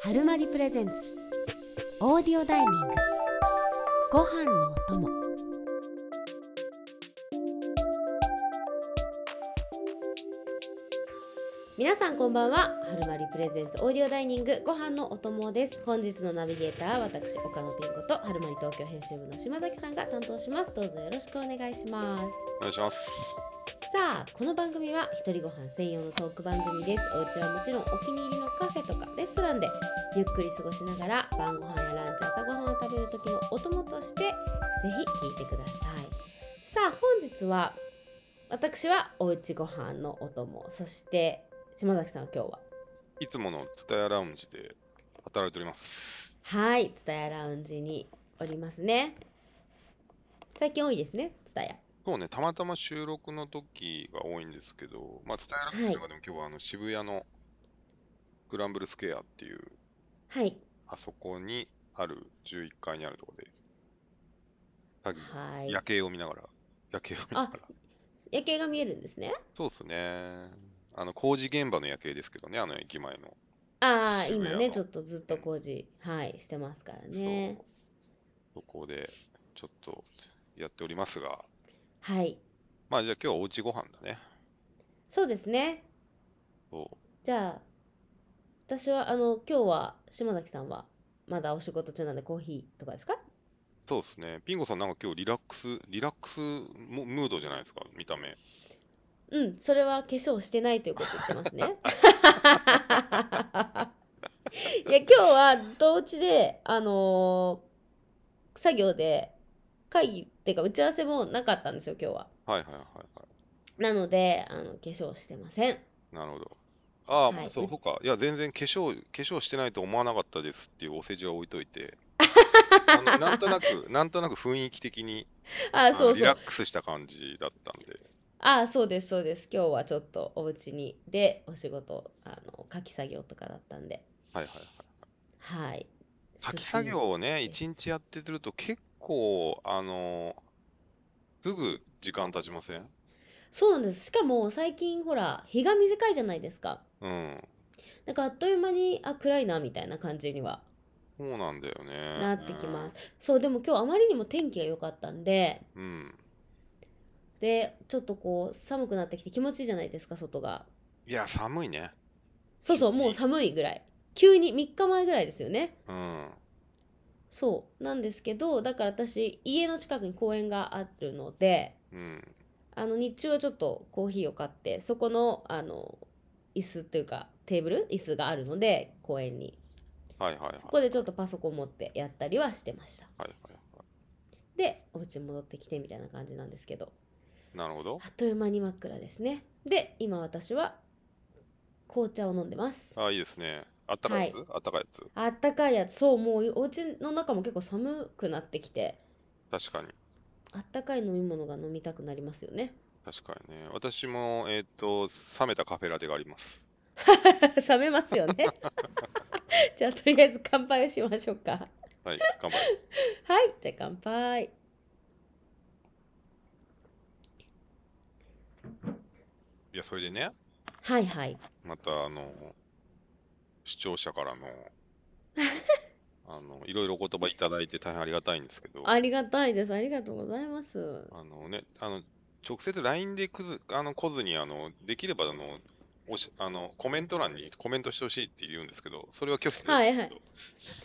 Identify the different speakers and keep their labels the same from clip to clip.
Speaker 1: 春まりプレゼンツオーディオダイニングご飯のお供皆さんこんばんは春まりプレゼンツオーディオダイニングご飯のお供です本日のナビゲーターは私岡野ピン子と春まり東京編集部の島崎さんが担当しますどうぞよろしくお願いします
Speaker 2: お願いします。
Speaker 1: さあこの番組は一人ご飯専用のトーク番組ですお家はもちろんお気に入りのカフェとかレストランでゆっくり過ごしながら晩ご飯やランチ朝ご飯を食べる時のお供としてぜひ聞いてくださいさあ本日は私はおうちご飯のお供そして島崎さんは今日はい
Speaker 2: つものツタヤラウンジで働いております。
Speaker 1: はい蔦屋ラウンジにおりますね最近多いですね蔦屋
Speaker 2: 今日ね、たまたま収録の時が多いんですけど、まあ、ツタヤラウンジの中でも今日はあの渋谷のグランブルスケアっていう、
Speaker 1: はい
Speaker 2: あそこにある11階にあるところで、さっき
Speaker 1: はい
Speaker 2: 夜景を見ながら、夜景を見な
Speaker 1: あ
Speaker 2: がら。
Speaker 1: 夜景が見えるんですね
Speaker 2: そうですね。あの工事現場の夜景ですけどね、あの駅前の。
Speaker 1: ああ
Speaker 2: 渋
Speaker 1: 今
Speaker 2: 谷
Speaker 1: ね
Speaker 2: の
Speaker 1: ちょっとずっと工事、はいしてますからね
Speaker 2: そう。そこでちょっとやっておりますが、
Speaker 1: はい
Speaker 2: まあじゃあ今日はおうちご飯だね。
Speaker 1: そうですね
Speaker 2: そう
Speaker 1: じゃあ私はあの今日は島崎さんはまだお仕事中なんでコーヒーとかですか
Speaker 2: そうですね。ピンゴさん、なんか今日リラックス、リラックスムムードじゃないですか、見た目。
Speaker 1: うんそれは化粧してないということ言ってますねいや今日はずっとお家であのー作業で会議っていうか打ち合わせもなかったんですよ今日は
Speaker 2: はいはいはいは
Speaker 1: なのであの化粧してません
Speaker 2: い。なるほど。ああ、まあ
Speaker 1: はい
Speaker 2: そう、そうか。いや、全然化粧、化粧してないと思わなかったですっていうお世辞は置いといて、あ の、なんとなく、なんとなく雰囲気的に、あ
Speaker 1: あ
Speaker 2: の
Speaker 1: そう
Speaker 2: リ
Speaker 1: そう
Speaker 2: ラックスした感じだったんで、
Speaker 1: ああそうですそうです今日はちょっとお家にでお仕事あの書き作業とかだったんで
Speaker 2: はいはいはい。
Speaker 1: はい
Speaker 2: 書き作業をね、
Speaker 1: です
Speaker 2: 一日やってると結構、あの、すぐ時間経ちません
Speaker 1: そうなんですしかも最近ほら日が短いじゃないですか
Speaker 2: うん。
Speaker 1: なんかあっという間にあ暗いなみたいな感じには
Speaker 2: そうなんだよね。
Speaker 1: なってきます、。そうでも今日あまりにも天気が良かったんで
Speaker 2: うん。
Speaker 1: でちょっとこう寒くなってきて気持ちいいじゃないですか外が
Speaker 2: いや、寒いね。
Speaker 1: そうそうもう寒いぐらい急に3日前ぐらいですよね
Speaker 2: うん。
Speaker 1: そうなんですけどだから私家の近くに公園があるので
Speaker 2: うん。
Speaker 1: あの日中はちょっとコーヒーを買ってそこのあの椅子というかテーブル椅子があるので公園に
Speaker 2: はいはいはい。
Speaker 1: そこでちょっとパソコン持ってやったりはしてました
Speaker 2: はいはいは
Speaker 1: でお家に戻ってきてみたいな感じなんですけど
Speaker 2: い。なるほど
Speaker 1: あ。っという間に真っ暗ですねで今私は紅茶を飲んでます
Speaker 2: あ、いいですね。あったかいやつ、あったかいやつ。
Speaker 1: あったかいやつそうもうお家の中も結構寒くなってきて
Speaker 2: 確かに。
Speaker 1: あったかい飲み物が飲みたくなりますよね
Speaker 2: 確かにね。私も、えっと、冷めたカフェラテがあります。
Speaker 1: 冷めますよね じゃあとりあえず乾杯をしましょうか
Speaker 2: はい、乾 杯。
Speaker 1: はい、じゃあ乾杯。
Speaker 2: いや、それでね、
Speaker 1: はいはい。
Speaker 2: また、あの、視聴者か らの、あの、いろいろお言葉いただいて大変ありがたいんですけど、
Speaker 1: ありがたいです。ありがとうございます。
Speaker 2: あのね、あの、直接 LINE でくず、あの、来ずに、あの、できれば、あの、おし、あの、コメント欄にコメントしてほしいって言うんですけど、それは拒否
Speaker 1: はい
Speaker 2: です
Speaker 1: は
Speaker 2: け
Speaker 1: い
Speaker 2: ど、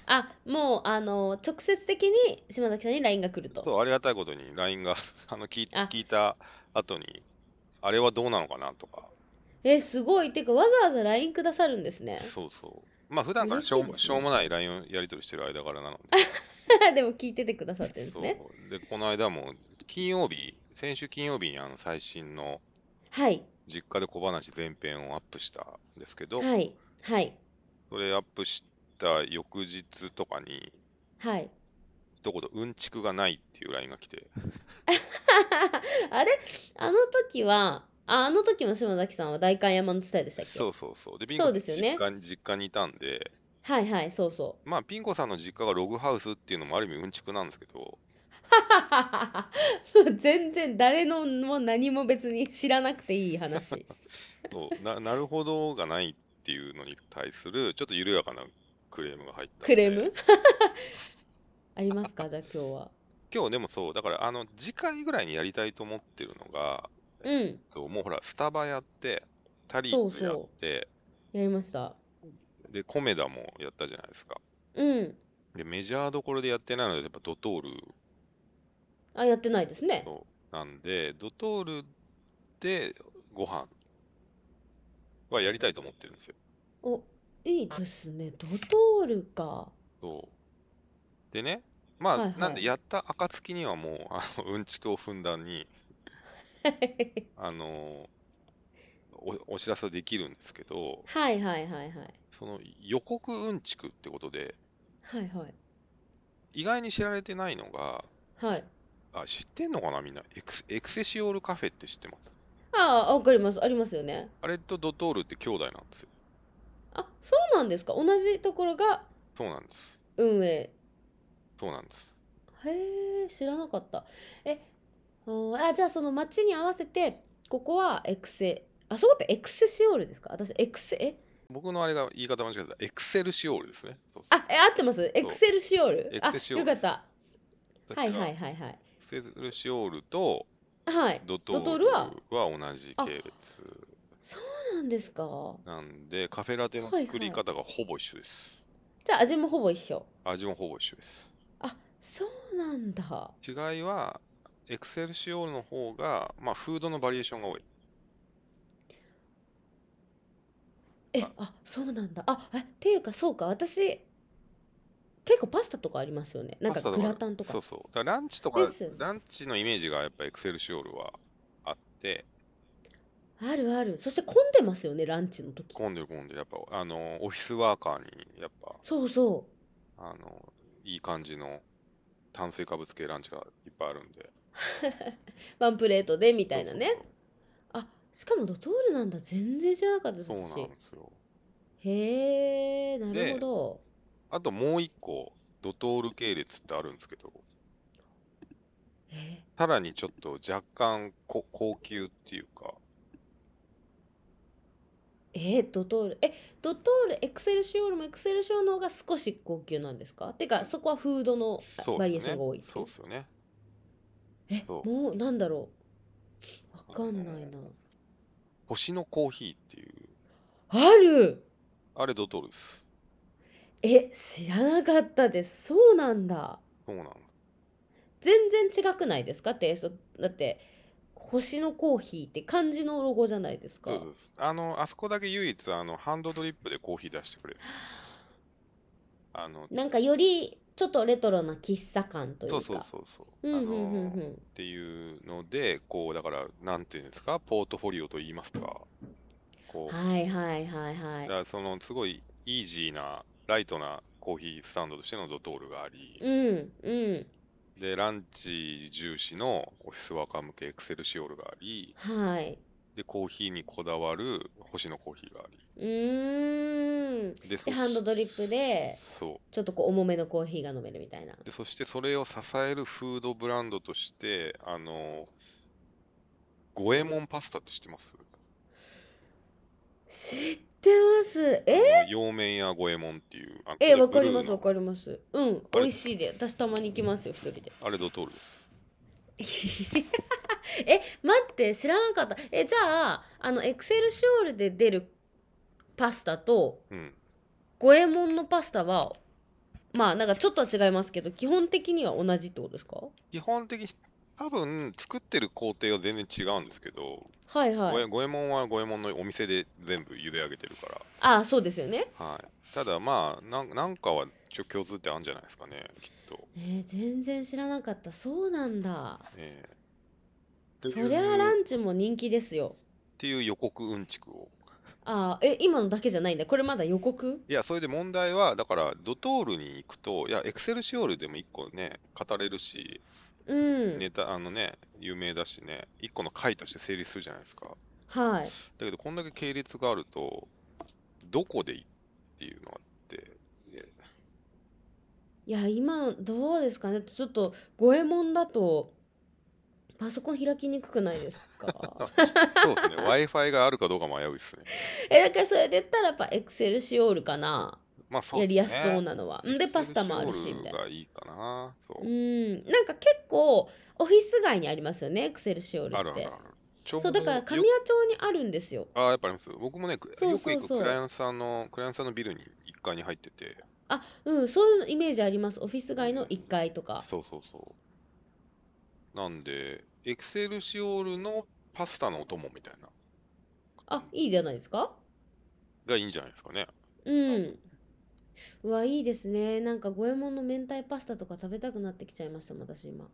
Speaker 1: あ、もうあの直接的に島崎さんに LINE が来ると。
Speaker 2: そう、ありがたいことに LINE が あの聞い
Speaker 1: あ
Speaker 2: 聞いた後に、あれはどうなのかなとか、
Speaker 1: え、すごい。てかわざわざ LINE くださるんですね。
Speaker 2: そうそう。まあ、普段からしょう
Speaker 1: 嬉しいですね
Speaker 2: しょうもない LINE をやり取りしてる間柄なの
Speaker 1: でも聞いててくださって
Speaker 2: で、
Speaker 1: るんですね。
Speaker 2: そう。で、この間も、金曜日、先週金曜日にあの最新の
Speaker 1: はい
Speaker 2: 実家で小話全編をアップしたんですけど、
Speaker 1: はいはい
Speaker 2: それアップした翌日とかに、
Speaker 1: はい。
Speaker 2: 一言、うんちくがないっていう LINE が来て、
Speaker 1: あれあの時はああの時も島崎さんは代官山の伝えでしたっけ
Speaker 2: そうそうそう。で、ビン
Speaker 1: そう
Speaker 2: コ
Speaker 1: ですよね
Speaker 2: 実家に実家にいたんで、
Speaker 1: はいはいそうそう
Speaker 2: まあ、ピンコさんの実家がログハウスっていうのもある意味うんちくなんですけど、
Speaker 1: もう全然誰のも何も別に知らなくていい話
Speaker 2: そうななるほどがないっていうのに対するちょっと緩やかなクレームが入ったんで
Speaker 1: クレーム ありますかじゃあ今日は。
Speaker 2: 今日でもそうだからあの次回ぐらいにやりたいと思ってるのが、
Speaker 1: うん
Speaker 2: えっともうほらスタバやってタリーズやって
Speaker 1: やりました。
Speaker 2: でコメダもやったじゃないですか
Speaker 1: うん。
Speaker 2: でメジャーどころでやってないのでやっぱドトール
Speaker 1: あやってないですね。
Speaker 2: なんでドトールでご飯はやりたいと思ってるんですよ
Speaker 1: おいいですね。ドトール か。
Speaker 2: そうでねまあ、
Speaker 1: はいはい
Speaker 2: なんでやった暁にはもうあのうんちくをふんだんにあのおお知らせできるんですけど
Speaker 1: はいはいはいはい。
Speaker 2: その予告うんちくってことで
Speaker 1: はいはい。
Speaker 2: 意外に知られてないのが
Speaker 1: はい。
Speaker 2: あ知ってんのかなみんなエクスエクセシオールカフェって知ってます
Speaker 1: ああ、わかります。ありますよね。
Speaker 2: あれとドトールって兄弟なんですよ
Speaker 1: あそうなんですか。同じところが
Speaker 2: そうなんです
Speaker 1: 運営。
Speaker 2: そうなんです
Speaker 1: へえ、知らなかった。え、うんあ、じゃあその街に合わせて、ここはエクセ、あそこってエクセシオールですか私、エクセ、え
Speaker 2: 僕のあれが言い方間違えたエクセルシオールですねそうそう
Speaker 1: あ、え、合ってますエクセルシオール。
Speaker 2: エ
Speaker 1: あ、
Speaker 2: クセシオー
Speaker 1: よ
Speaker 2: ル
Speaker 1: かった。
Speaker 2: だ
Speaker 1: は
Speaker 2: から
Speaker 1: いはいはいはい。
Speaker 2: エクセルシオールと
Speaker 1: はい。
Speaker 2: ドト
Speaker 1: ドト
Speaker 2: ー
Speaker 1: ー
Speaker 2: ル
Speaker 1: ル
Speaker 2: は
Speaker 1: は
Speaker 2: 同じ系列
Speaker 1: そうなんですか。
Speaker 2: なんでカフェラテの
Speaker 1: はいはい
Speaker 2: 作り方がほぼ一緒です、
Speaker 1: じゃあ味もほぼ一緒。
Speaker 2: 味もほぼ一緒です
Speaker 1: あ、そうなんだ。
Speaker 2: 違いはエクセルシオールの方が、まあ、フードのバリエーションが多い
Speaker 1: え
Speaker 2: あ、
Speaker 1: あ、そうなんだ。あ、え、っていうかそうか。私、結構パスタとかありますよね。なんか
Speaker 2: パスタ
Speaker 1: グラタンと
Speaker 2: そう
Speaker 1: か。
Speaker 2: そうだからランチとか
Speaker 1: ですよね
Speaker 2: ランチのイメージがやっぱエクセルシオールはあって
Speaker 1: あるある。そして混んでますよね、ランチの時。
Speaker 2: 混んでる混んでるやっぱあのオフィスワーカーにやっぱ
Speaker 1: そうそう。
Speaker 2: あのいい感じの炭水化物系ランチがいっぱいあるんで
Speaker 1: ワンプレートでみたいなね
Speaker 2: そう
Speaker 1: あしかもドトールなんだ全然知らなかったです
Speaker 2: そうそ
Speaker 1: 私
Speaker 2: うそうなんですよ
Speaker 1: へえなるほど
Speaker 2: あともう一個、ドトール系列ってあるんですけど、
Speaker 1: え
Speaker 2: さらにちょっと若干こ高級っていうか、
Speaker 1: えドトールえドトールエクセルシオールもエクセルシオールの方が少し高級なんですかてかそこはフードのあ
Speaker 2: そう
Speaker 1: バリエ
Speaker 2: で
Speaker 1: ーショ
Speaker 2: すね
Speaker 1: ンが多い。
Speaker 2: そうですよね。
Speaker 1: え
Speaker 2: そう
Speaker 1: もうなんだろうわかんないな
Speaker 2: 星のコーヒーっていう、
Speaker 1: ある
Speaker 2: あれドトールです。
Speaker 1: え知らなかったですそうなんだ
Speaker 2: そうなの。
Speaker 1: 全然違くないですかテイストだって星のコーヒーって漢字のロゴじゃないですか
Speaker 2: そうです。あの、あそこだけ唯一、あの、ハンドドリップでコーヒー出してくれる。あの、
Speaker 1: なんかよりちょっとレトロな喫茶感という
Speaker 2: そ
Speaker 1: か。
Speaker 2: うそうそうそう。
Speaker 1: うん
Speaker 2: あ
Speaker 1: うんうんう
Speaker 2: の、っ
Speaker 1: ん。
Speaker 2: ていうので、こう、だから、なんていうんですか、ポートフォリオと言いますか、こう、
Speaker 1: はいはいはいは
Speaker 2: だ
Speaker 1: い
Speaker 2: か。らそのすごいイージーなライトなコーヒースタンドとしてのドトールがあり、
Speaker 1: うんうん。
Speaker 2: でランチ重視のオフィスワーカー向けエクセルシオールがあり
Speaker 1: はい。
Speaker 2: でコーヒーにこだわる星のコーヒーがあり
Speaker 1: うーん。
Speaker 2: でそ
Speaker 1: でハンドドリップで
Speaker 2: そ
Speaker 1: ちょっとこう重めのコーヒーが飲めるみたいな
Speaker 2: う。でそしてそれを支えるフードブランドとしてあの五右衛門パスタって知ってます
Speaker 1: 知ってます。え？
Speaker 2: あの洋麺屋五右衛門っていうあの
Speaker 1: え
Speaker 2: ブル
Speaker 1: わ
Speaker 2: ー
Speaker 1: かります
Speaker 2: の
Speaker 1: わかります。うん美味しいで私たまに行きますよ一人で。
Speaker 2: あれドトールです
Speaker 1: え待って知らなかった。えじゃああのエクセルシオールで出るパスタと
Speaker 2: うん
Speaker 1: 五右衛門のパスタはまあなんかちょっとは違いますけど基本的には同じってことですか
Speaker 2: 基本的に多分作ってる工程は全然違うんですけど
Speaker 1: はい
Speaker 2: 五
Speaker 1: はい
Speaker 2: 右五右衛門は五右衛門のお店で全部茹で上げてるか
Speaker 1: ああそうですよね
Speaker 2: ら、はい、ただまあなんなんかはちょ共通ってあるんじゃないですかねきっと、
Speaker 1: ねえ全然知らなかったそうなんだ
Speaker 2: ええ
Speaker 1: そりゃあランチも人気ですよ
Speaker 2: っていう予告うんちくを
Speaker 1: ああえ今のだけじゃないんだこれまだ予告
Speaker 2: いやそれで問題はだからドトールに行くといやエクセルシオールでも一個ね語れるし
Speaker 1: うん、
Speaker 2: ネタあのね有名だしね一個の回として成立するじゃないですか
Speaker 1: はい
Speaker 2: だけどこんだけ系列があるとどこでいいっていうのがあって
Speaker 1: いや今のどうですかねちょっと五右衛門だとパソコン開きにくくないです か
Speaker 2: そ うですね w i f i があるかどうか迷うですね
Speaker 1: えだからそれで言ったらやっぱエクセルシオールかな
Speaker 2: まあそう
Speaker 1: やりやすそう
Speaker 2: ね
Speaker 1: なのは。うんでパスタもあるしみたいな。
Speaker 2: エクセルシオールがいいかな。そうう。
Speaker 1: んなんか結構オフィス街にありますよねエクセルシオー
Speaker 2: あ
Speaker 1: ル
Speaker 2: る
Speaker 1: っ
Speaker 2: あるあ
Speaker 1: て
Speaker 2: る。ちょ
Speaker 1: そうだから神
Speaker 2: よ
Speaker 1: 谷町にあるんですよ
Speaker 2: ああ、やっぱあります。僕もね、く
Speaker 1: そう
Speaker 2: よ
Speaker 1: そ
Speaker 2: く
Speaker 1: う
Speaker 2: 行く
Speaker 1: そう
Speaker 2: クライアントさんの、クライアントさんのビルに1階に入ってて、
Speaker 1: あうんそういうイメージありますオフィス街の1階とか
Speaker 2: そうそうそう。なんで、エクセルシオールのパスタのお供みたいな、
Speaker 1: あいいじゃないですか
Speaker 2: がいいんじゃないですかね。
Speaker 1: うんうわいいですねなんか五右衛門の明太パスタとか食べたくなってきちゃいましたもん私今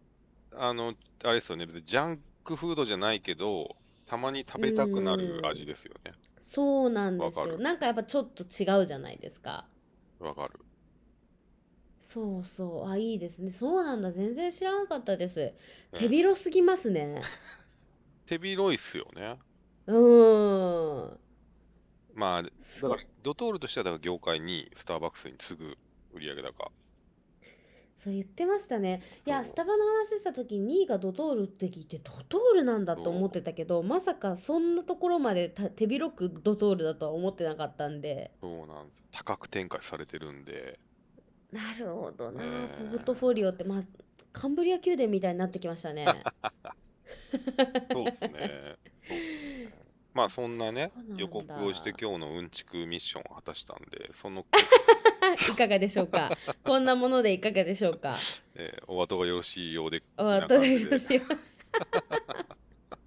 Speaker 2: あの、あれですよね、別にジャンクフードじゃないけど、たまに食べたくなる味ですよね。
Speaker 1: そうなんです
Speaker 2: わか
Speaker 1: よ
Speaker 2: る
Speaker 1: なんかやっぱちょっと違うじゃないですか
Speaker 2: わかる。
Speaker 1: そうそうあいいですねそうなんだ全然知らなかったです
Speaker 2: うん
Speaker 1: 手広すぎます ね
Speaker 2: 手広いっすよね。
Speaker 1: うーん
Speaker 2: まあ、だ
Speaker 1: す
Speaker 2: か
Speaker 1: ご
Speaker 2: ら
Speaker 1: い
Speaker 2: ドトールとしてはだから業界にスターバックスに次ぐ売上高。
Speaker 1: そう言ってましたねいや
Speaker 2: そう
Speaker 1: スタバの話した時に2位がドトールって聞いてドトールなんだと思ってたけどまさかそんなところまでた手広くドトールだとは思ってなかったんで
Speaker 2: そうなんです。多角展開されてるんで、
Speaker 1: なるほどな、
Speaker 2: ねえ
Speaker 1: ポートフォリオってまあカンブリア宮殿みたいになってきましたね
Speaker 2: そうですね。そうっすねまあそんなね
Speaker 1: そうなんだ
Speaker 2: 予告をして今日のうんちくミッションを果たしたんで、その、
Speaker 1: いかがでしょうかこんなものでいかがでしょうか
Speaker 2: えーお後がよろしいようで、
Speaker 1: お後
Speaker 2: な
Speaker 1: が
Speaker 2: 感じ
Speaker 1: よろしい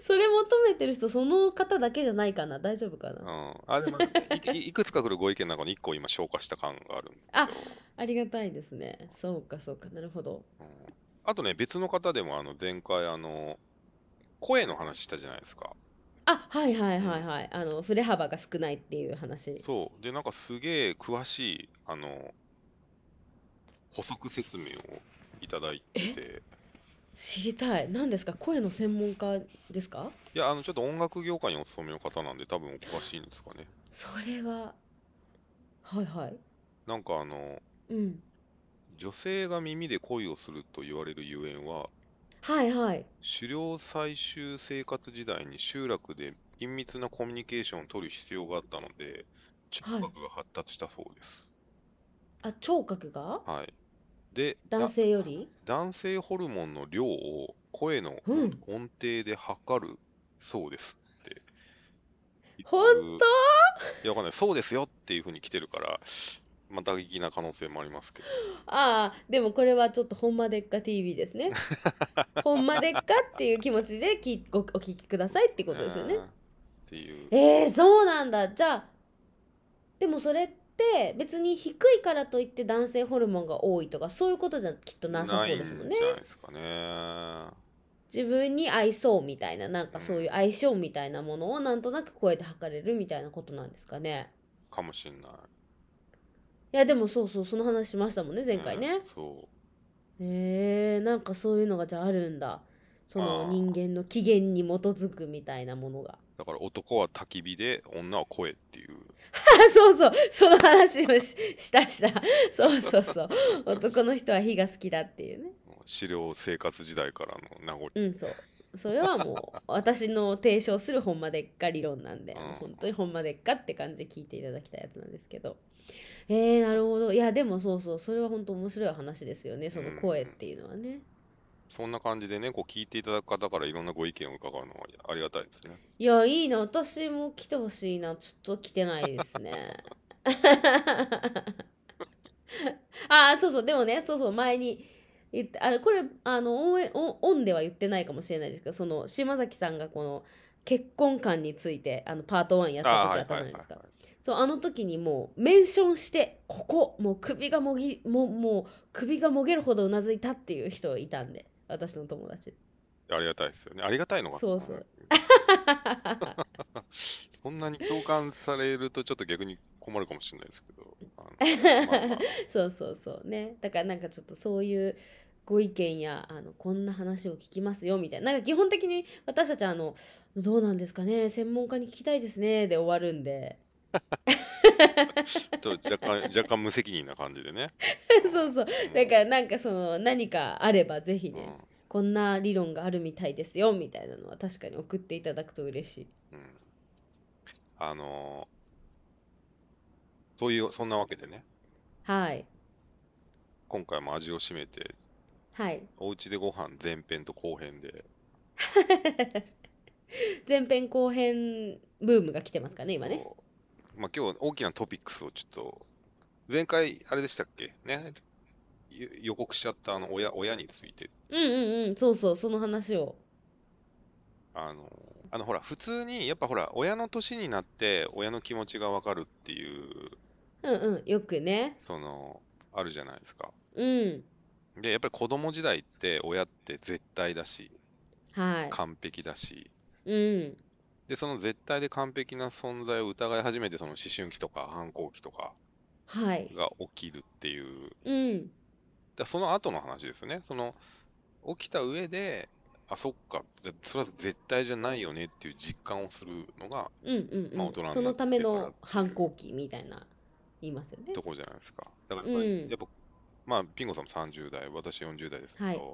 Speaker 1: それ求めてる人その方だけじゃないかな大丈夫かな
Speaker 2: うん、あでも いくいくつか来るご意見の中の1個今消化した感があるんですけど
Speaker 1: あありがたいですね。そうかそうか、なるほど。
Speaker 2: うんあとね別の方でもあの前回あの声の話したじゃないですか
Speaker 1: あ、はいはいはいはい。あの振れ幅が少ないっていう話。
Speaker 2: そうでなんかすげえ詳しいあの補足説明をいただいて
Speaker 1: 知りたい。何ですか、声の専門家ですか？
Speaker 2: いやあのちょっと音楽業界にお勤めの方なんで多分お詳しいんですかね
Speaker 1: それは、はいはい。
Speaker 2: なんかあの
Speaker 1: うん。
Speaker 2: 女性が耳で恋をすると言われるゆえんは
Speaker 1: はいはい。
Speaker 2: 狩猟採集生活時代に集落で緊密なコミュニケーションを取る必要があったので聴覚が発達したそうです、
Speaker 1: あ、聴覚が
Speaker 2: はいで
Speaker 1: 男性より？
Speaker 2: 男性ホルモンの量を声の
Speaker 1: うん
Speaker 2: 音音程で測るそうですって。
Speaker 1: 本
Speaker 2: いや、わかんない。そうですよっていうふうに来てるから、まあ、打撃な可能性もありますけど。
Speaker 1: ああ、でもこれはちょっとほんまでっか TV です ね。ほんまでっかっていう気持ちできごお聞きくださいってことですよね
Speaker 2: う。んっていう。
Speaker 1: えー、そうなんだじゃあでもそれって別に低いからといって男性ホルモンが多いとかそういうことじゃきっとなさそうですもんね
Speaker 2: ないじゃないですかね。
Speaker 1: 自分に合いそうみたいななんかそういう相性みたいなものをなんとなく声で測れるみたいなことなんですかね
Speaker 2: かもしんな
Speaker 1: い
Speaker 2: い。
Speaker 1: やでもそうそうその話しましたもんね前回
Speaker 2: う
Speaker 1: ね
Speaker 2: んそう。
Speaker 1: えー、なんかそういうのがじゃああるんだそ
Speaker 2: あ
Speaker 1: の
Speaker 2: ー
Speaker 1: 人間の起源に基づくみたいなものが
Speaker 2: だから男は焚き火で、女は声っていう。
Speaker 1: あそうそうその話をしした したそうそうそう男の人は火が好きだっていうね
Speaker 2: 狩猟生活時代からの名残。
Speaker 1: うんそうそれはもう私の提唱するほんまでっか理論なんで、
Speaker 2: うん
Speaker 1: 本当にほんまでっかって感じで聞いていただきたいやつなんですけどえー、なるほどいやでもそうそうそれは本当面白い話ですよねその声っていうのはね、
Speaker 2: そんな感じでね、こう聞いていただく方からいろんなご意見を伺うのはありがたいですね。
Speaker 1: いやいいな私も来てほしいなちょっと来てないですね あーそうそうでもねそうそう前に言ってあこれあのオンエオンオンでは言ってないかもしれないですけどその島崎さんがこの結婚観についてあのパート1やった
Speaker 2: あ
Speaker 1: 時
Speaker 2: ー
Speaker 1: あったじゃないですか
Speaker 2: はは
Speaker 1: そうあの時にもうメンションしてここもう首がもぎももう首がもげるほどうなずいたっていう人いたんで私の友達
Speaker 2: いはいありがたいですよね。ありがたいのが。
Speaker 1: そうそう。
Speaker 2: そんなに共感されるとちょっと逆に困るかもしれないですけど。あの まあまあ
Speaker 1: そうそうそうねだからなんかちょっとそういうご意見やあのこんな話を聞きますよみたいななんか基本的に私たちはあの「どうなんですかね専門家に聞きたいですね」で終わるんで
Speaker 2: ちょっと若干若干無責任な感じでね。
Speaker 1: そうそう
Speaker 2: うん
Speaker 1: だからなんかその何かあればぜひ
Speaker 2: うん
Speaker 1: ねこんな理論があるみたいですよみたいなのは確かに送っていただくと嬉しい
Speaker 2: うんあのそういう、そんなわけでね、
Speaker 1: はい
Speaker 2: 今回も味を占めて、
Speaker 1: はい
Speaker 2: おうちでご飯前編と後編で、
Speaker 1: 前編後編ブームが来てますからね今ね
Speaker 2: そうまあ、今日大きなトピックスをちょっと、前回、あれでしたっけね、ゆ予告しちゃったあの親親について、
Speaker 1: うんうんうんそうそうその話を
Speaker 2: あの、あのほら、普通に、やっぱほら、親の年になって、親の気持ちがわかるっていう、
Speaker 1: うんうんよくね
Speaker 2: その、あるじゃないですか。
Speaker 1: うん
Speaker 2: で、やっぱり子供時代って、親って絶対だし、
Speaker 1: はい
Speaker 2: 完璧だし、
Speaker 1: うん
Speaker 2: で、その絶対で完璧な存在を疑い始めて、その思春期とか反抗期とか
Speaker 1: はい
Speaker 2: が起きるっていう、
Speaker 1: うん
Speaker 2: だその後の話ですよね。その起きた上で、あ、そっか、じゃそれは絶対じゃないよねっていう実感をするのが
Speaker 1: うんうん
Speaker 2: まあ
Speaker 1: う
Speaker 2: 大人になってから
Speaker 1: んそのための反抗期みたいな言いますよね
Speaker 2: ところじゃないですか。だからやっぱり、
Speaker 1: うん
Speaker 2: やっぱまあ、ピンゴさんも30代、私40代ですけど、
Speaker 1: はい
Speaker 2: ま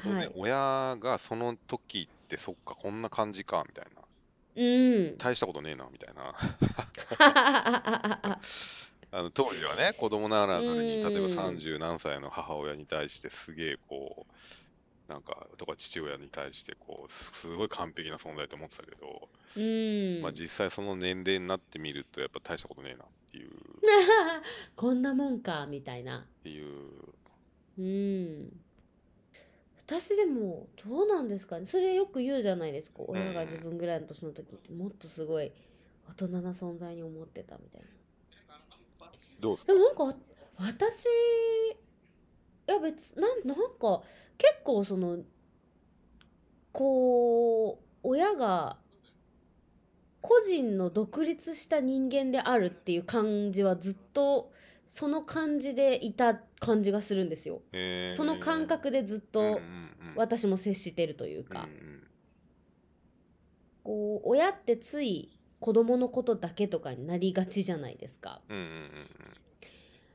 Speaker 2: あ、当然、
Speaker 1: はい
Speaker 2: 親がその時って、そっか、こんな感じか、みたいな。
Speaker 1: うん
Speaker 2: 大したことねえな、みたいな。あの当時はね、子供ながらなの
Speaker 1: う
Speaker 2: に、例えば
Speaker 1: ん
Speaker 2: 30何歳の母親に対して、すげえこう、なんか、とか父親に対して、こう、すすごい完璧な存在と思ってたけど、
Speaker 1: うん
Speaker 2: まあ、実際その年齢になってみると、やっぱ大したことねえなっていう、っ
Speaker 1: こんなもんかみたいな
Speaker 2: ていう、
Speaker 1: うん私でもどうなんですかねそれはよく言うじゃないですか
Speaker 2: ん
Speaker 1: 親が自分ぐらいの年の時ってもっとすごい大人な存在に思ってたみたいな
Speaker 2: どう
Speaker 1: でもなんか私いや別なんなんか結構そのこう親が個人の独立した人間であるっていう感じはずっとその感じでいた感じがするんですよ。
Speaker 2: えー
Speaker 1: その感覚でずっ
Speaker 2: うんうん
Speaker 1: と
Speaker 2: うん
Speaker 1: 私も接してるというか、
Speaker 2: うんうん
Speaker 1: こう親ってつい子供のことだけとかになりがちじゃないですか。
Speaker 2: うんうんうん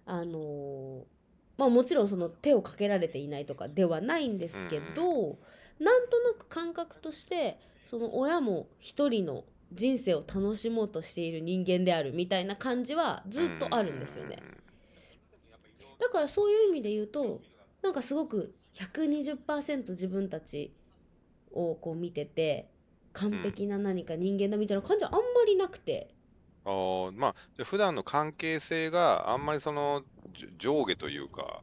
Speaker 1: あのーまあもちろんその手をかけられていないとかではないんですけど、なんとなく感覚としてその親も一人の人生を楽しもうとしている人間であるみたいな感じはずっとあるんですよね。だからそういう意味で言うとなんかすごく120%自分たちをこう見てて完璧な何か人間だみたいな感じはあんまりなくて、
Speaker 2: あーまあ、じゃあ普段の関係性があんまりそのじょ上下というか、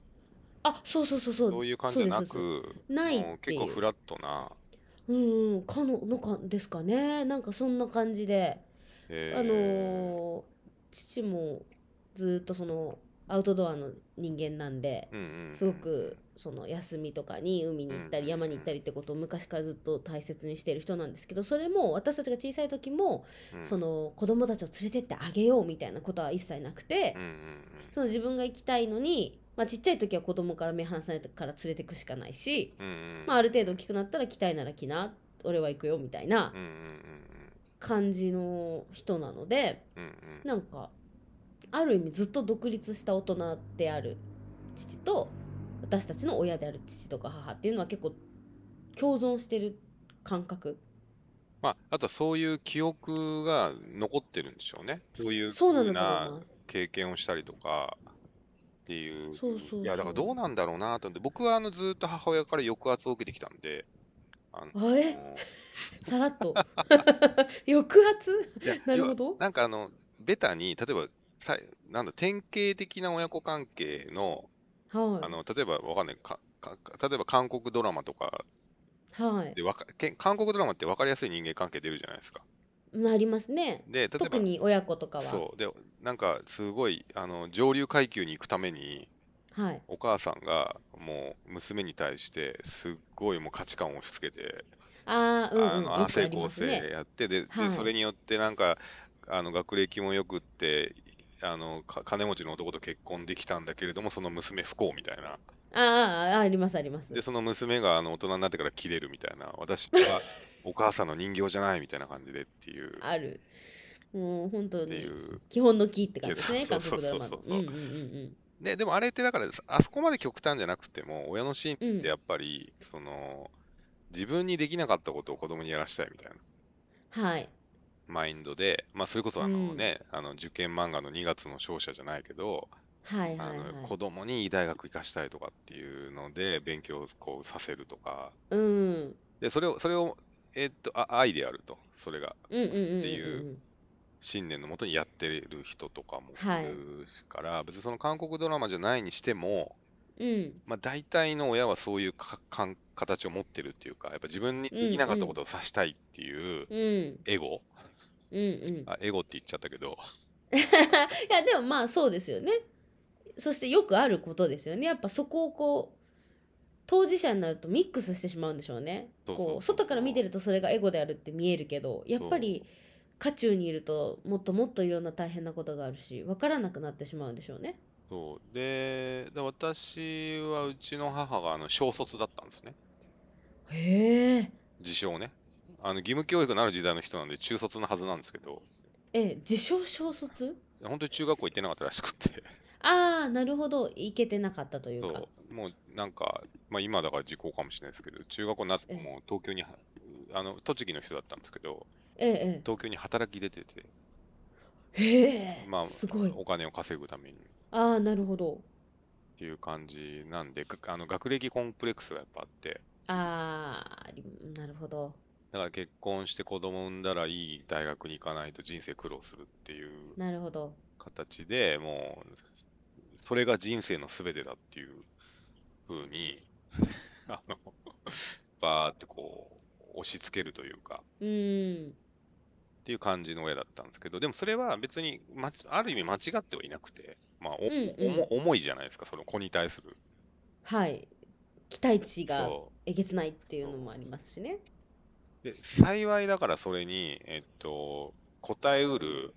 Speaker 1: あそうそうそうそう
Speaker 2: そういう感じじゃな
Speaker 1: そうですそう
Speaker 2: く、
Speaker 1: ですない
Speaker 2: もう
Speaker 1: ってい
Speaker 2: 結
Speaker 1: う
Speaker 2: 構フラットな、
Speaker 1: うんうん、かののかですかねなんかそんな感じで、
Speaker 2: え
Speaker 1: あ
Speaker 2: ー
Speaker 1: のー父もずっとそのアウトドアの人間なんで
Speaker 2: うんうんうん
Speaker 1: すごくその休みとかに海に行った
Speaker 2: うんうんうん
Speaker 1: り山に行ったりってことを昔からずっと大切にしてる人なんですけどそれも私たちが小さい時も
Speaker 2: うん
Speaker 1: その子供たちを連れてってあげようみたいなことは一切なくて
Speaker 2: うんうん
Speaker 1: その自分が行きたいのに、まあ、ちっちゃい時は子供から目離されたから連れてくしかないし。
Speaker 2: うんうんうん
Speaker 1: まあ、ある程度大きくなったら来たいなら来な俺は行くよみたいな
Speaker 2: うんうん
Speaker 1: 感じの人なので
Speaker 2: うんうんうんうん
Speaker 1: なんかある意味ずっと独立した大人である父と私たちの親である父とか母っていうのは結構共存してる感覚
Speaker 2: まあ、あとはそういう記憶が残ってるんでしょうね。そういう
Speaker 1: そうな
Speaker 2: ふ
Speaker 1: の
Speaker 2: う
Speaker 1: かと
Speaker 2: な
Speaker 1: 思います
Speaker 2: 経験をしたりとかっていう。
Speaker 1: そうそうそう
Speaker 2: いや、だからどうなんだろうなと思って、僕はあのずーっと母親から抑圧を受けてきた んで、あの
Speaker 1: あえさらっと 抑圧
Speaker 2: いや
Speaker 1: なる
Speaker 2: 要
Speaker 1: ほ
Speaker 2: は
Speaker 1: ど
Speaker 2: なんかあの、ベタに、例えば、さいなんだ、典型的な親子関係の、あ
Speaker 1: は
Speaker 2: の例えばわかんないかか、か例えば韓国ドラマとか
Speaker 1: いはい
Speaker 2: でわか、け韓国ドラマって分かりやすい人間関係出るじゃないですか。
Speaker 1: なりますね
Speaker 2: で、例えば、
Speaker 1: 特に親子とかは
Speaker 2: そうでなんかすごいあの上流階級に行くために
Speaker 1: はい
Speaker 2: お母さんがもう娘に対してすっごいもう価値観を押し付けて、
Speaker 1: ああうん
Speaker 2: あ
Speaker 1: うん
Speaker 2: の
Speaker 1: よ
Speaker 2: あ
Speaker 1: くあ
Speaker 2: 成
Speaker 1: り
Speaker 2: 功
Speaker 1: ますね
Speaker 2: 成やってで,で、
Speaker 1: はい
Speaker 2: それによってなんかあの学歴もよくってあのか金持ちの男と結婚できたんだけれどもその娘不幸みたいな
Speaker 1: あーあーありますあります
Speaker 2: でその娘があの大人になってから切れるみたいな私 はお母さんの人形じゃないみたいな感じでっていうっ
Speaker 1: あるもう本当
Speaker 2: てい
Speaker 1: に
Speaker 2: う
Speaker 1: 基本の木って感じですね
Speaker 2: そう
Speaker 1: 韓
Speaker 2: そう
Speaker 1: 国
Speaker 2: そ
Speaker 1: ド
Speaker 2: う
Speaker 1: ラ
Speaker 2: そう
Speaker 1: マ
Speaker 2: そう
Speaker 1: のうんうんうん
Speaker 2: で、でもあれってだから、あそこまで極端じゃなくても、親のシーンっ
Speaker 1: うん
Speaker 2: てやっぱり、その、自分にできなかったことを子供にやらしたいみたいな。
Speaker 1: うんはい
Speaker 2: マインドで、まあ、それこそあ
Speaker 1: う
Speaker 2: の
Speaker 1: ん
Speaker 2: ね、あの受験漫画の2月の勝者じゃないけど、
Speaker 1: はい
Speaker 2: あ
Speaker 1: はいはい
Speaker 2: の子供にいい大学行かしたいとかっていうので勉強をこうさせるとか、
Speaker 1: うん
Speaker 2: でそれを、それを、えっと、あ愛であると、それが
Speaker 1: うんうんうんうん
Speaker 2: って
Speaker 1: う
Speaker 2: い
Speaker 1: ん
Speaker 2: 信念のもとにやってる人とかも
Speaker 1: はい
Speaker 2: いるから、別にその韓国ドラマじゃないにしても、
Speaker 1: うん
Speaker 2: まあ、大体の親はそういうかかん形を持ってるっていうか、やっぱ自分にできなかったことをさしたいっていう
Speaker 1: うん
Speaker 2: エゴ、
Speaker 1: うんうん
Speaker 2: あ、エゴって言っちゃったけど、
Speaker 1: いやでもまあそうですよねそしてよくあることですよねやっぱそこをこう当事者になるとミックスしてしまうんでしょうね
Speaker 2: そうそうそう
Speaker 1: こう外から見てるとそれがエゴであるって見えるけどやっぱり渦中にいるともっともっといろんな大変なことがあるし分からなくなってしまうんでしょうね
Speaker 2: そう。で、で私はうちの母があの小卒だったんですね。
Speaker 1: へえ
Speaker 2: 自称ね。あの義務教育のある時代の人なんで中卒のはずなんですけど、
Speaker 1: え自称小卒
Speaker 2: 本当に中学校行ってなかったらしくて、
Speaker 1: ああなるほどいけてなかったというか
Speaker 2: そう、もうなんか、まあ、今だから時効かもしれないですけど、中学校になって
Speaker 1: ええ
Speaker 2: もう東京には、あの栃木の人だったんですけど、
Speaker 1: ええ
Speaker 2: 東京に働き出てて、
Speaker 1: ええへえ、
Speaker 2: まあ
Speaker 1: すごい
Speaker 2: お金を稼ぐためにっ
Speaker 1: ああなるほど
Speaker 2: ていう感じなんで、があの学歴コンプレックスがやっぱあって、
Speaker 1: ああなるほど
Speaker 2: だから結婚して子供産んだらいい大学に行かないと人生苦労するっていう
Speaker 1: なるほど
Speaker 2: 形でもうそれが人生の全てだっていう風に あのバーってこう押し付けるというか
Speaker 1: うん
Speaker 2: っていう感じの親だったんですけどでもそれは別にまちある意味間違ってはいなくてまあお、
Speaker 1: うん
Speaker 2: おも重いじゃないですかその子に対する
Speaker 1: はい期待値が
Speaker 2: そ
Speaker 1: えげつないっていうのもありますしね
Speaker 2: うで幸いだからそれにえっと答えうる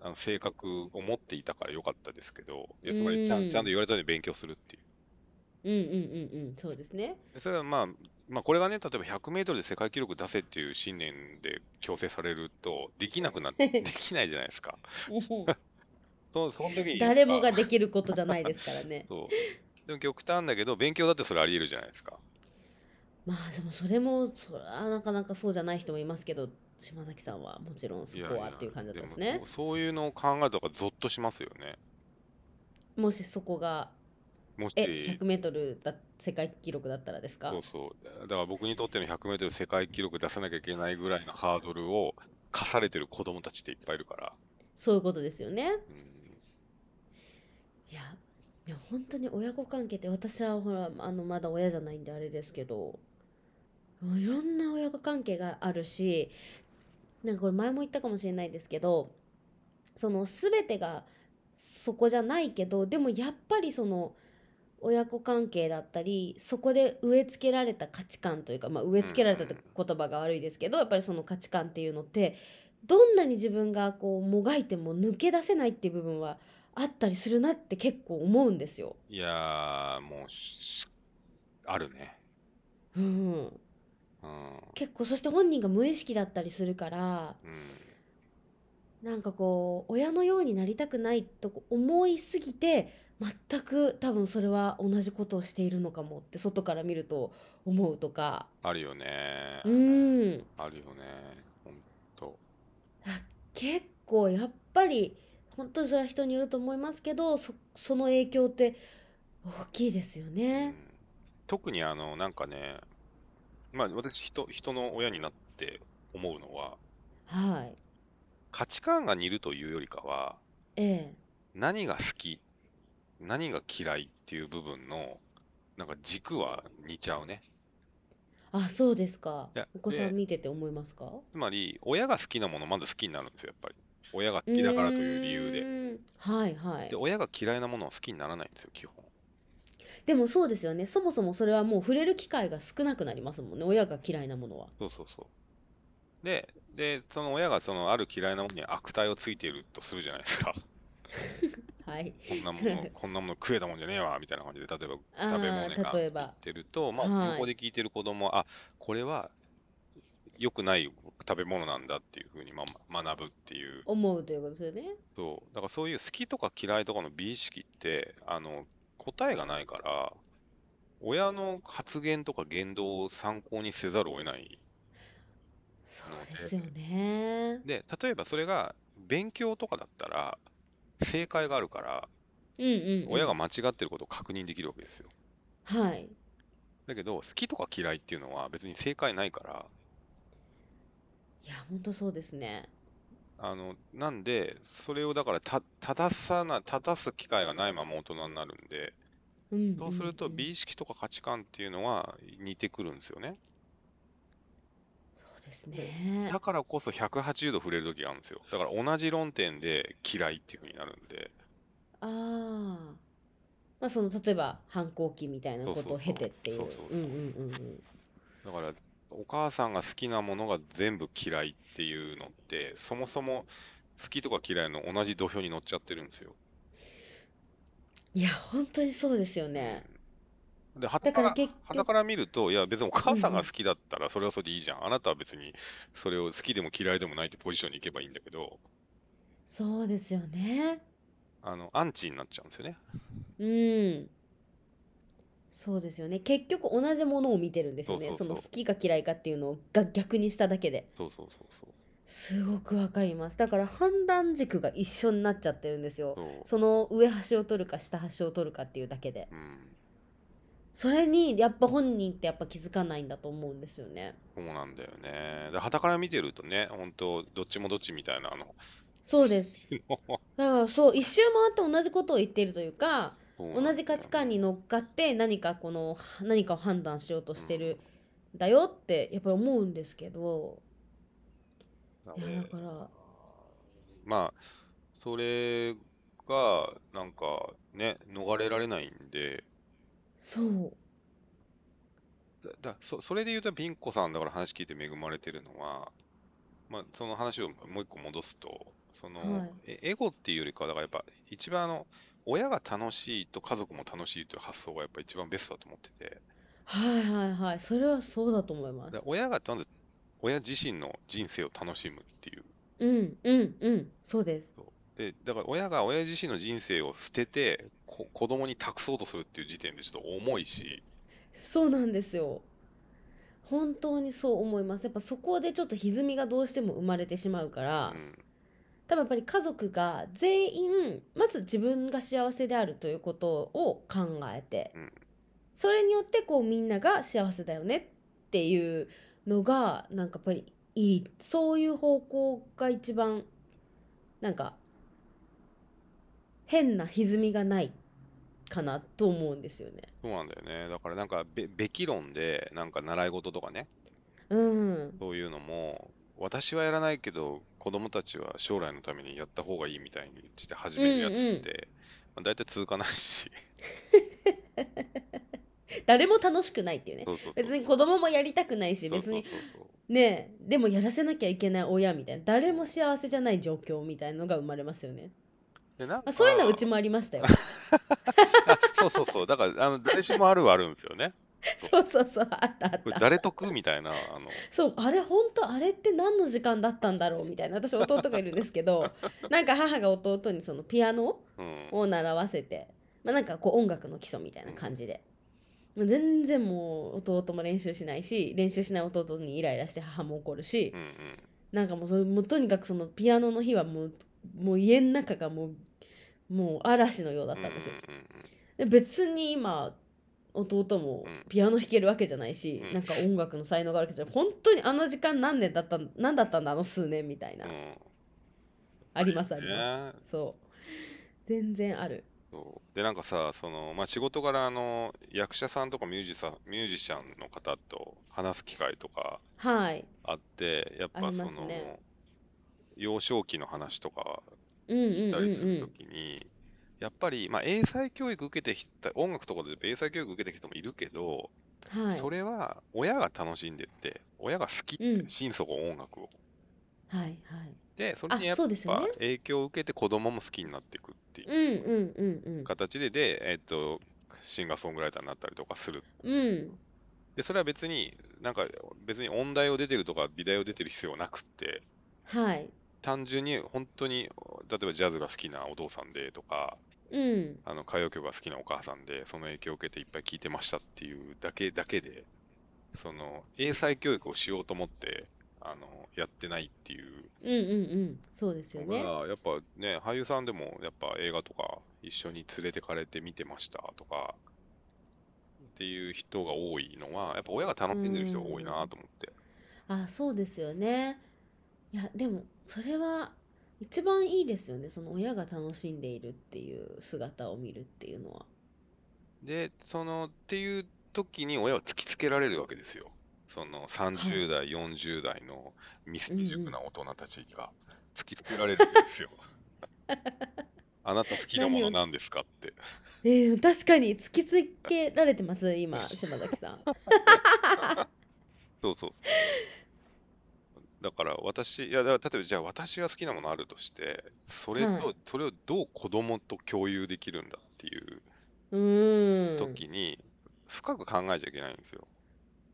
Speaker 2: あの性格を持っていたから良かったですけどいやつまりちゃ
Speaker 1: うん
Speaker 2: んちゃんと言われたように勉強するっていう
Speaker 1: うんうんうんうんそうです ね
Speaker 2: でそれはまあ、まあ、これがね、例えば100メートルで世界記録出せっていう信念で強制されると、できな くなっできないじゃないですか。そうその時に
Speaker 1: 誰も
Speaker 2: まあ
Speaker 1: ができることじゃないですからね
Speaker 2: そう。でも極端だけど、勉強だってそれあり得るじゃないですか。
Speaker 1: まあでもそれもそれはなかなかそうじゃない人もいますけど島崎さんはもちろんそこはっていう感じだったんですね
Speaker 2: もそうそういうのを考えたから、ゾッとしますよね。
Speaker 1: もしそこが
Speaker 2: もし、
Speaker 1: え 100m だ世界記録だったらですか
Speaker 2: そうそう。だから僕にとっての100メートル世界記録出さなきゃいけないぐらいのハードルを課されてる子供たちっていっぱいいるから。
Speaker 1: そういうことですよね
Speaker 2: うん
Speaker 1: いやいや本当に親子関係って私はほらあのまだ親じゃないんであれですけどいろんな親子関係があるしなんかこれ前も言ったかもしれないですけどその全てがそこじゃないけどでもやっぱりその親子関係だったりそこで植え付けられた価値観というか、まあ、植え付けられたって言葉が悪いですけどやっぱりその価値観っていうのってどんなに自分がこうもがいても抜け出せないっていう部分はあったりするなって結構思うんですよ。
Speaker 2: いやー、もうし、あるね。
Speaker 1: うん、
Speaker 2: うん。
Speaker 1: 結構そして本人が無意識だったりするから
Speaker 2: うん
Speaker 1: なんかこう親のようになりたくないと思いすぎて全く多分それは同じことをしているのかもって外から見ると思うとか
Speaker 2: あるよね。
Speaker 1: うん
Speaker 2: あるよね。ほんと。
Speaker 1: 結構やっぱり本当にそれは人によると思いますけどそその影響って大きいですよ
Speaker 2: うん
Speaker 1: ね。
Speaker 2: 特にあの、なんかね、まあ私人、人の親になって思うのは、
Speaker 1: はい、
Speaker 2: 価値観が似るというよりかは、
Speaker 1: ええ、
Speaker 2: 何が好き、何が嫌いっていう部分の、なんか軸は似ちゃうね。
Speaker 1: あそうですか
Speaker 2: いや
Speaker 1: お子さ
Speaker 2: で
Speaker 1: ん見てて思いますか
Speaker 2: つまり、親が好きなもの、まず好きになるんですよ、やっぱり。親が好きだからという理由
Speaker 1: う
Speaker 2: で。
Speaker 1: ーんはいはい
Speaker 2: で、親が嫌いなものは好きにならないんですよ、基本。
Speaker 1: でもそうですよねそもそもそれはもう触れる機会が少なくなりますもんね親が嫌いなものは
Speaker 2: そうそうそう。で、で、その親がそのある嫌いなものに悪態をついているとするじゃないですか。
Speaker 1: はい
Speaker 2: こんなもの、こんなもの食えたもんじゃねえわ、みたいな感じで、例えば
Speaker 1: あー
Speaker 2: 食べ物に関して
Speaker 1: 例え
Speaker 2: 言
Speaker 1: ば
Speaker 2: ってると、まあ、
Speaker 1: はい
Speaker 2: 向こうで聞いてる子供は、あ、これは良くない食べ物なんだっていうふうに、まあ、学ぶっていう。
Speaker 1: 思うということですよね
Speaker 2: そう。だからそういう好きとか嫌いとかの美意識って、あの、答えがないから、親の発言とか言動を参考にせざるを得ない
Speaker 1: そうですよね。
Speaker 2: で、例えばそれが勉強とかだったら、正解があるから、
Speaker 1: うんうん、うん。
Speaker 2: 親が間違ってることを確認できるわけですよ。
Speaker 1: はい。
Speaker 2: だけど、好きとか嫌いっていうのは別に正解ないから、
Speaker 1: いや、本当そうですね。
Speaker 2: あの、なんで、それをだからた正さな、正す機会がないまま大人になるんで、
Speaker 1: うんんん
Speaker 2: そうすると美意識とか価値観っていうのは似てくるんですよね。
Speaker 1: そうですね。
Speaker 2: だからこそ180度触れる時があるんですよ。だから同じ論点で嫌いっていう風になるんで、
Speaker 1: ああ。まあその例えば反抗期みたいなことを経てっていう。
Speaker 2: そうそうそう
Speaker 1: うんうんうんうん。
Speaker 2: だからお母さんが好きなものが全部嫌いっていうのって、そもそも好きとか嫌いの同じ土俵に乗っちゃってるんですよ。
Speaker 1: いや本当にそうですよね。
Speaker 2: うんで、は
Speaker 1: だか
Speaker 2: たからら、
Speaker 1: 結
Speaker 2: は
Speaker 1: 局
Speaker 2: から見ると、いや、別にお母さん
Speaker 1: うんう
Speaker 2: が
Speaker 1: ん
Speaker 2: 好きだったら、それはそれでいいじゃん。あなたは別に、それを好きでも嫌いでもないってポジションに行けばいいんだけど、
Speaker 1: そうですよね。
Speaker 2: あの、アンチになっちゃうんですよね。
Speaker 1: うん。そうですよね。結局同じものを見てるんですよね。
Speaker 2: そうそうそう
Speaker 1: の好きか嫌いかっていうのが逆にしただけで。
Speaker 2: そうそうそうそう。
Speaker 1: すごくわかります。だから判断軸が一緒になっちゃってるんですよ。
Speaker 2: そう
Speaker 1: その上端を取るか下端を取るかっていうだけで。
Speaker 2: うん、
Speaker 1: それにやっぱ本人ってやっぱ気づかないんだと思うんですよね。
Speaker 2: そうなんだよね。で、はたから見てるとね、本当どっちもどっちみたいな、あの、
Speaker 1: そう です。だからそう一周回って同じことを言っているというか
Speaker 2: そうなんだよね
Speaker 1: 同じ価値観に乗っかって何かこのは何かを判断しようとしてるんだよってやっぱり思うんですけどいやだから
Speaker 2: まあ、それが、なんかね、逃れられないんで、
Speaker 1: そう
Speaker 2: だだそ、それで言うと、ピン子さんだから話聞いて恵まれてるのは、まあ、その話をもう一個戻すと、その、
Speaker 1: はい
Speaker 2: えエゴっていうよりかは、だからやっぱ、一番あの、親が楽しいと家族も楽しいという発想がやっぱ一番ベストだと思ってて、
Speaker 1: はいはいはいそれはそうだと思いま
Speaker 2: だ
Speaker 1: す。
Speaker 2: 親がまず、親自身の人生を楽しむっていう。
Speaker 1: うんうんうんそうです。
Speaker 2: で、だから親が親自身の人生を捨てて、こ子供に託そうとするっていう時点でちょっと重いし、
Speaker 1: そうなんですよ。本当にそう思います。やっぱそこでちょっと歪みがどうしても生まれてしまうか
Speaker 2: う
Speaker 1: ら。
Speaker 2: ん、
Speaker 1: 多分やっぱり家族が全員まず自分が幸せであるということを考えて、
Speaker 2: うん
Speaker 1: それによってこうみんなが幸せだよねっていうのがなんかやっぱりいいそういう方向が一番なんか変な歪みがないかなと思うんですよね。
Speaker 2: そうなんだよね。だからなんかべ、べき論で、なんか習い事とかね、
Speaker 1: うん、
Speaker 2: そういうのも、私はやらないけど、子供たちは将来のためにやった方がいいみたいにして始めるやつって、まあ、大体続かないし、
Speaker 1: 誰も楽しくないっていうね
Speaker 2: そうそうそう
Speaker 1: 別に子供もやりたくないし
Speaker 2: そう
Speaker 1: 別に
Speaker 2: そうそうそう
Speaker 1: ねえでもやらせなきゃいけない親みたいな誰も幸せじゃない状況みたいなのが生まれますよね、
Speaker 2: でなん
Speaker 1: まあ、そういうのはう
Speaker 2: か
Speaker 1: ちもありましたよ
Speaker 2: あそうそうそう、だから、あの誰しもあるはあるんですよね。
Speaker 1: そうそうそうあったあっ
Speaker 2: これ
Speaker 1: た
Speaker 2: 誰得みたいな、あの、
Speaker 1: そうあれ本当あれって何の時間だったんだろうみたいな私弟がいるんですけ どなんか母が弟にそのピアノ
Speaker 2: うん、
Speaker 1: を習わせて、まあ、なんかこう音楽の基礎みたいな感じで。もう全然もう弟も練習しないし練習しない弟にイライラして母も怒るし
Speaker 2: うん、うん。
Speaker 1: なんかもうそれもうとにかくそのピアノの日はもうもう家の中がもうもう嵐のようだったんですよ。
Speaker 2: うんうんうんうん
Speaker 1: で別に今弟も
Speaker 2: うん
Speaker 1: ピアノ弾けるわけじゃないし、
Speaker 2: うん
Speaker 1: なんか音楽の才能があるわけじゃない本当にあの時間何年だったん何だったんだあの数年みたいな、
Speaker 2: うん
Speaker 1: ありますありま
Speaker 2: ね
Speaker 1: すそう全然ある
Speaker 2: そうでなんかさその、まあ、仕事柄あの役者さんとかミュージシャンミュージシャンの方と話す機会とか
Speaker 1: はい
Speaker 2: あってやっ
Speaker 1: あ
Speaker 2: ぱ
Speaker 1: りま
Speaker 2: そ
Speaker 1: す
Speaker 2: の、
Speaker 1: ね
Speaker 2: 幼少期の話とか
Speaker 1: うんうん
Speaker 2: し
Speaker 1: う
Speaker 2: た
Speaker 1: んう
Speaker 2: りすると
Speaker 1: ん
Speaker 2: きに、やっぱり、まあ、英才教育受けてきた音楽とかで言えば英才教育受けてきた人もいるけど、
Speaker 1: はい
Speaker 2: それは親が楽しんでって親が好き、
Speaker 1: うん
Speaker 2: 心底音楽を。
Speaker 1: はい
Speaker 2: でそれに
Speaker 1: あ
Speaker 2: やっ
Speaker 1: そうですよ
Speaker 2: ぱ
Speaker 1: ね
Speaker 2: 影響を受けて子供も好きになっていくっていう。
Speaker 1: はいうんうんうん
Speaker 2: 形で、で、えっと、シンガーソングライターになったりとかする。
Speaker 1: うんうん
Speaker 2: で、それは別に、なんか、別に音大を出てるとか、美大を出てる必要はなくって、
Speaker 1: はい
Speaker 2: 単純に、本当に、例えばジャズが好きなお父さんでとか、
Speaker 1: うん
Speaker 2: あの歌謡曲が好きなお母さんで、その影響を受けていっぱい聴いてましたっていうだけだけで、その、英才教育をしようと思って、ああのやってないっていう
Speaker 1: うんうんうんそうですよ
Speaker 2: の
Speaker 1: ね
Speaker 2: が、やっぱね、俳優さんでもやっぱ映画とか一緒に連れてかれて見てましたとかっていう人が多いのは、やっぱ親が楽しんでる人が多いなと思って。
Speaker 1: あそうですよねいやでもそれは一番いいですよねその親が楽しんでいるっていう姿を見るっていうのは
Speaker 2: で、そのっていう時に親は突きつけられるわけですよ。その30代、40代の未成熟な大人たちが突きつけられるんですよ。あなた好きなものなんですかって。
Speaker 1: えー、確かに突きつけられてます今島崎 さん
Speaker 2: そうそう。だから私、いや、だから例えばじゃあ私が好きなものあるとして、それ
Speaker 1: は
Speaker 2: と、それをどう子供と共有できるんだっていう
Speaker 1: うーん
Speaker 2: 時に、深く考えちゃいけないんですよ。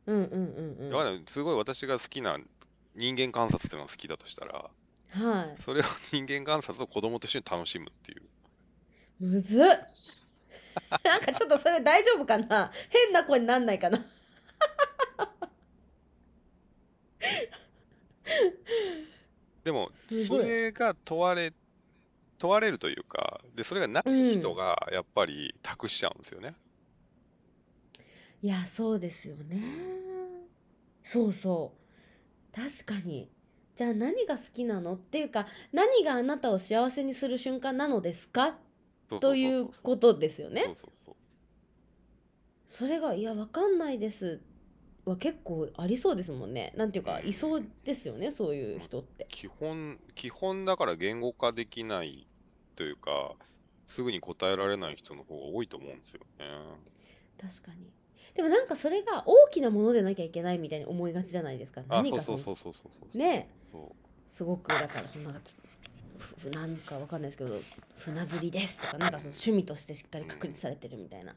Speaker 1: うんうんうんうん
Speaker 2: だからすごい私が好きな人間観察っていうのが好きだとしたら、
Speaker 1: はい
Speaker 2: それを人間観察を子供と一緒に楽しむっていう。
Speaker 1: むずっ なんかちょっとそれ大丈夫かな 変な子になんないかな
Speaker 2: でも、
Speaker 1: す
Speaker 2: そ
Speaker 1: ごい
Speaker 2: れが問われ、問われるというか、で、それがない人
Speaker 1: うん
Speaker 2: がやっぱり託しちゃうんですよね。
Speaker 1: いやそうですよねそうそう確かにじゃあ何が好きなのっていうか何があなたを幸せにする瞬間なのですか
Speaker 2: そうそう
Speaker 1: と
Speaker 2: そう
Speaker 1: い
Speaker 2: そう
Speaker 1: うことですよね
Speaker 2: そうそうそう。
Speaker 1: それが「いやわかんないです」は結構ありそうですもんねなんていうかいそうですよねそういう人って
Speaker 2: 基本、基本だから言語化できないというか、すぐに答えられない人の方が多いと思うんですよね。
Speaker 1: 確かにでもなんかそれが大きなものでなきゃいけないみたいに思いがちじゃないですか
Speaker 2: あ、
Speaker 1: 何かそう
Speaker 2: そそう
Speaker 1: の
Speaker 2: そうそうそうそう。
Speaker 1: ねえ
Speaker 2: そう
Speaker 1: すごくだからそのなんかつふふなんかわかんないですけど船釣りですとかなんかその趣味としてしっかり確立されてるみたいな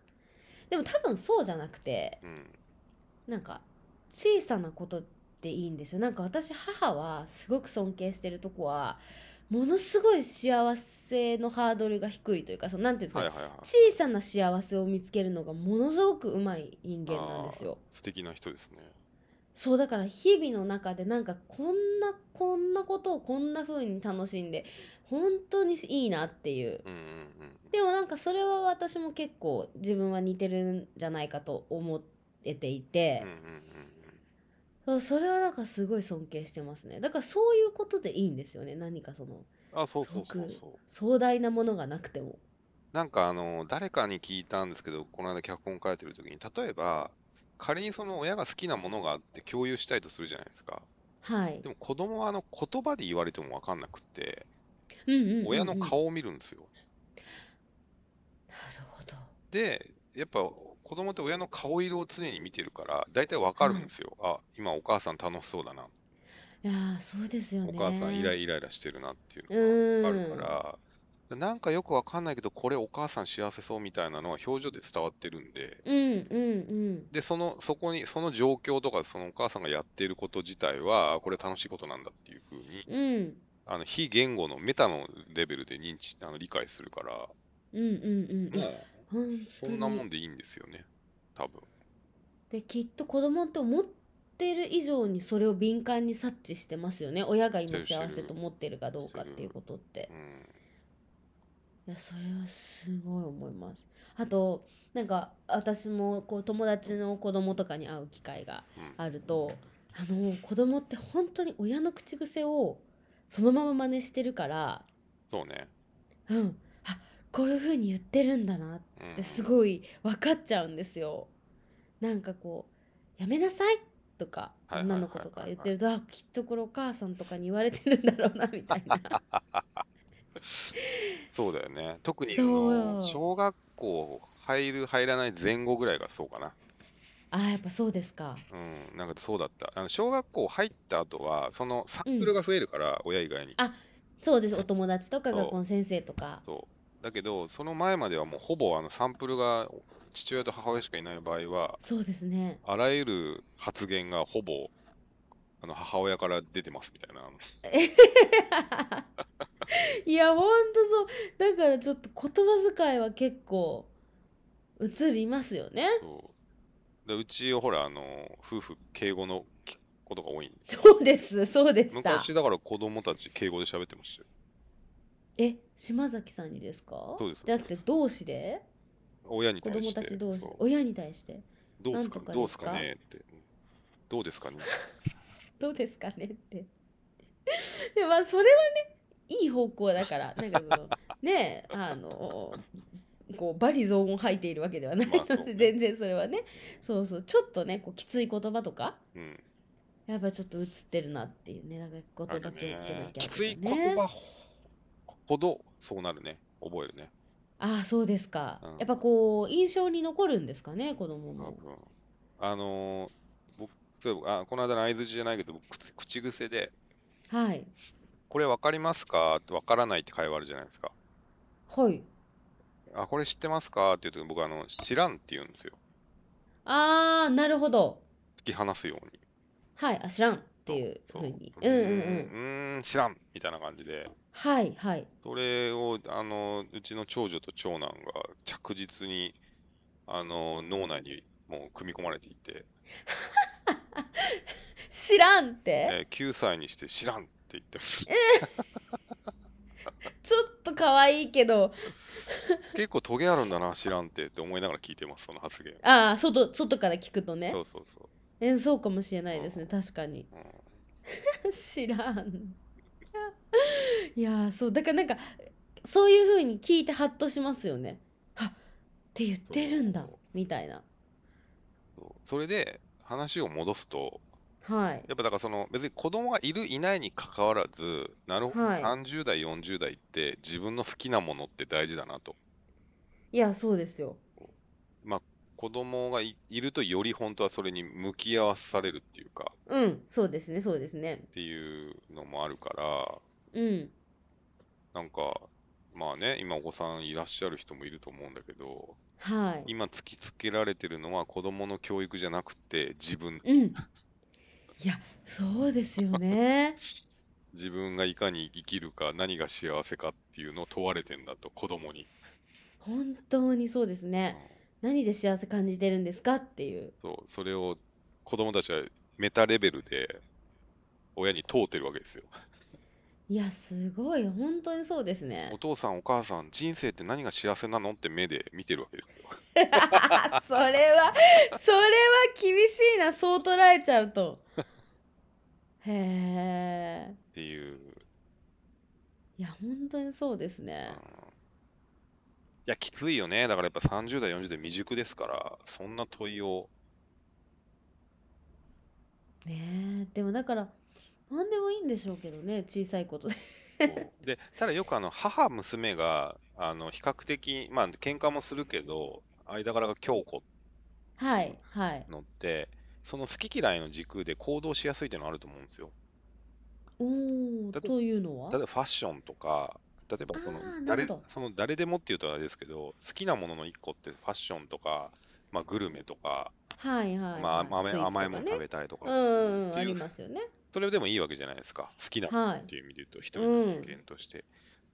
Speaker 1: でも多分そうじゃなくて
Speaker 2: うん。
Speaker 1: なんか小さなことっていいんですよなんか私母はすごく尊敬してるとこはものすごい幸せのハードルが低いというかそのなんていうんですか
Speaker 2: はい
Speaker 1: ね、
Speaker 2: はいはい。
Speaker 1: 小さな幸せを見つけるのがものすごくうまい人間なんですよ。
Speaker 2: 素敵な人ですね。
Speaker 1: そうだから日々の中でなんかこんなこんなことをこんな風に楽しんで本当にいいなっていう
Speaker 2: うんうんうん。
Speaker 1: でもなんかそれは私も結構自分は似てるんじゃないかと思ってていて
Speaker 2: うんうん、うん
Speaker 1: そうそれはなんかすごい尊敬してますねだからそういうことでいいんですよね何かその
Speaker 2: うん。あ、そうそうそう
Speaker 1: す
Speaker 2: そう。
Speaker 1: 壮大なものがなくても
Speaker 2: なんかあの、誰かに聞いたんですけど、この間脚本書いてる時に、例えば、仮にその親が好きなものがあって共有したいとするじゃないですか。
Speaker 1: はい
Speaker 2: でも子供はあの言葉で言われても分かんなくって、
Speaker 1: うんうんうんうん
Speaker 2: 親の顔を見るんですよ。
Speaker 1: なるほど
Speaker 2: で、やっぱ子供って親の顔色を常に見てるから、大体わかるんですよ。あ、今お母さん楽しそうだな。
Speaker 1: いやーそうですよ
Speaker 2: お
Speaker 1: ね
Speaker 2: 母さんイライライラしてるなっていうう
Speaker 1: ー
Speaker 2: のがわか
Speaker 1: ん
Speaker 2: るから、なんかよくわかんないけど、これお母さん幸せそうみたいなのは表情で伝わってるんで、
Speaker 1: うんうん
Speaker 2: で、その、そこに、その状況とか、そのお母さんがやっていること自体は、あこれ楽しいことなんだっていうふうに、
Speaker 1: うんうん
Speaker 2: あの、非言語のメタのレベルで認知、あの、理解するから、
Speaker 1: うんうんうんいや
Speaker 2: もう、
Speaker 1: 本当に
Speaker 2: そんなもんでいいんですよね、多分。
Speaker 1: できっと子供って思ってる以上にそれを敏感に察知してますよね親が今幸せと思ってるかどうかっていうことってい
Speaker 2: うん。
Speaker 1: やそれはすごい思いますあとなんか私もこう友達の子供とかに会う機会が
Speaker 2: うん。
Speaker 1: あるとあの子供って本当に親の口癖をそのまま真似してるから
Speaker 2: そうね。
Speaker 1: うんあこういう風に言ってるんだなっ
Speaker 2: うん
Speaker 1: ってすごい分かっちゃうんですよ。なんかこう「やめなさい」とか
Speaker 2: はいはい
Speaker 1: 女
Speaker 2: はいはい
Speaker 1: の子とか言ってると「あきっとこれお母さんとかに言われてるんだろうな」みたい な。
Speaker 2: そうだよね。特にあ
Speaker 1: そう
Speaker 2: の小学校入る入らない前後ぐらいがそうかな。
Speaker 1: あーやっぱそうですか。
Speaker 2: うん、なんかそうだった。あの小学校入った後は、そのサークルが増えるから、親以外に。
Speaker 1: あそうですお友達とか
Speaker 2: そう
Speaker 1: 学校の先生とか。
Speaker 2: そう。だけど、その前まではもうほぼあのサンプルが父親と母親しかいない場合は、
Speaker 1: そうです ね。
Speaker 2: あらゆる発言がほぼあの母親から出てますみたいな。
Speaker 1: いやほんとそうだからちょっと言葉遣いは結構映りますよね。
Speaker 2: そうでうち、ほら、あの夫婦、敬語のきことが多いんで
Speaker 1: そうですそうでした
Speaker 2: 昔だから子供たち敬語で喋ってましたよ
Speaker 1: え島崎さんにですか
Speaker 2: そうです
Speaker 1: じゃなくて同士で
Speaker 2: 親に
Speaker 1: 子
Speaker 2: 対
Speaker 1: 供
Speaker 2: して
Speaker 1: たち同士
Speaker 2: そう
Speaker 1: 親に対して
Speaker 2: どうすか
Speaker 1: なんとかですか
Speaker 2: どうすかねってうんどうです かね
Speaker 1: どうですかねって でもまあそれはねいい方向だ からなんかそのねえあのこうバリ雑音吐いているわけではない
Speaker 2: まあそう
Speaker 1: ので 全然それはねそうそうちょっとねこうきつい言葉とか
Speaker 2: うん
Speaker 1: やっぱちょっと映ってるなっていうねなんか言葉
Speaker 2: ある
Speaker 1: 気をつけな
Speaker 2: ね
Speaker 1: きゃ
Speaker 2: きつい
Speaker 1: とかね
Speaker 2: 言葉ほどそうなるね覚えるね
Speaker 1: ああそうですか、
Speaker 2: うん
Speaker 1: やっぱこう印象に残るんですかね子供
Speaker 2: 多
Speaker 1: も
Speaker 2: 分あのー僕そういえばあこの間の相づちじゃないけど僕口口癖で
Speaker 1: はい
Speaker 2: 「これ分かりますか?」って「分からない」って会話あるじゃないですか
Speaker 1: はい
Speaker 2: 「あこれ知ってますか?」って言うと僕あの「知らん」って言うんですよ
Speaker 1: ああなるほど
Speaker 2: 突き放すように
Speaker 1: はいあ知らんっていうふうにうんうんうん
Speaker 2: うーん知らんみたいな感じで
Speaker 1: はいはい
Speaker 2: それをあのうちの長女と長男が着実にあの脳内にもう組み込まれていて、
Speaker 1: 知らんって、
Speaker 2: えー9歳にして知らんって言ってました
Speaker 1: ちょっと可愛いけど
Speaker 2: 結構トゲあるんだな知らんってって思いながら聞いてますその発言
Speaker 1: ああ外外から聞くとね
Speaker 2: そうそうそ
Speaker 1: えそうかもしれないですね確かに
Speaker 2: う、うん
Speaker 1: 知らん いやーそうだからなんかそういう風に聞いてハッとしますよねあって言ってるんだ
Speaker 2: そう
Speaker 1: みたいな
Speaker 2: そうそれで話を戻すと
Speaker 1: はい
Speaker 2: やっぱだからその別に子供がいるいないにかかわらずなるほど、
Speaker 1: はい
Speaker 2: 30代40代って自分の好きなものって大事だなと
Speaker 1: いやそうですよ
Speaker 2: 子供がいいるとより本当はそれに向き合わされるっていうか
Speaker 1: うんそうですねそうですね
Speaker 2: っていうのもあるから
Speaker 1: うん
Speaker 2: なんかまあね今お子さんいらっしゃる人もいると思うんだけど
Speaker 1: はい
Speaker 2: 今突きつけられてるのは子供の教育じゃなくて自分
Speaker 1: うんいやそうですよね
Speaker 2: 自分がいかに生きるか何が幸せかっていうのを問われてんだと子供に、
Speaker 1: 本当にそうです
Speaker 2: うん
Speaker 1: ね何で幸せ感じてるんですかっていう
Speaker 2: そうそれを子供たちはメタレベルで親に問うてるわけですよ
Speaker 1: いやすごい本当にそうですね
Speaker 2: お父さんお母さん人生って何が幸せなのって目で見てるわけですよ
Speaker 1: それはそれは厳しいなそう捉えちゃうとへえ
Speaker 2: っていう、
Speaker 1: いや本当にそうです
Speaker 2: うんい
Speaker 1: ね
Speaker 2: やきついよねだからやっぱ30代40代未熟ですからそんな問いを
Speaker 1: ねえでもだから何でもいいんでしょうけどね小さいことで
Speaker 2: こうでただよくあの母娘があの比較的まあ喧嘩もするけど間柄が強固
Speaker 1: はいはい
Speaker 2: のってその好き嫌いの軸で行動しやすいっていうのはあると思うんですよ
Speaker 1: おお
Speaker 2: だって
Speaker 1: というのは
Speaker 2: 例えばファッションとか例えばその
Speaker 1: あーなる
Speaker 2: 誰
Speaker 1: ほど
Speaker 2: その誰でもっていうとあれですけど好きなものの一個ってファッションとか、まあ、グルメとか、
Speaker 1: はいはい、はい
Speaker 2: まあ、甘い
Speaker 1: スイーツとか
Speaker 2: 甘いもの食べたいとか
Speaker 1: ねうんうん
Speaker 2: っ
Speaker 1: うん
Speaker 2: て
Speaker 1: あ
Speaker 2: い
Speaker 1: り
Speaker 2: う
Speaker 1: ますよね
Speaker 2: それでもいいわけじゃないですか好きなもの
Speaker 1: はい
Speaker 2: っていう意味で言うと一人の人間として、っ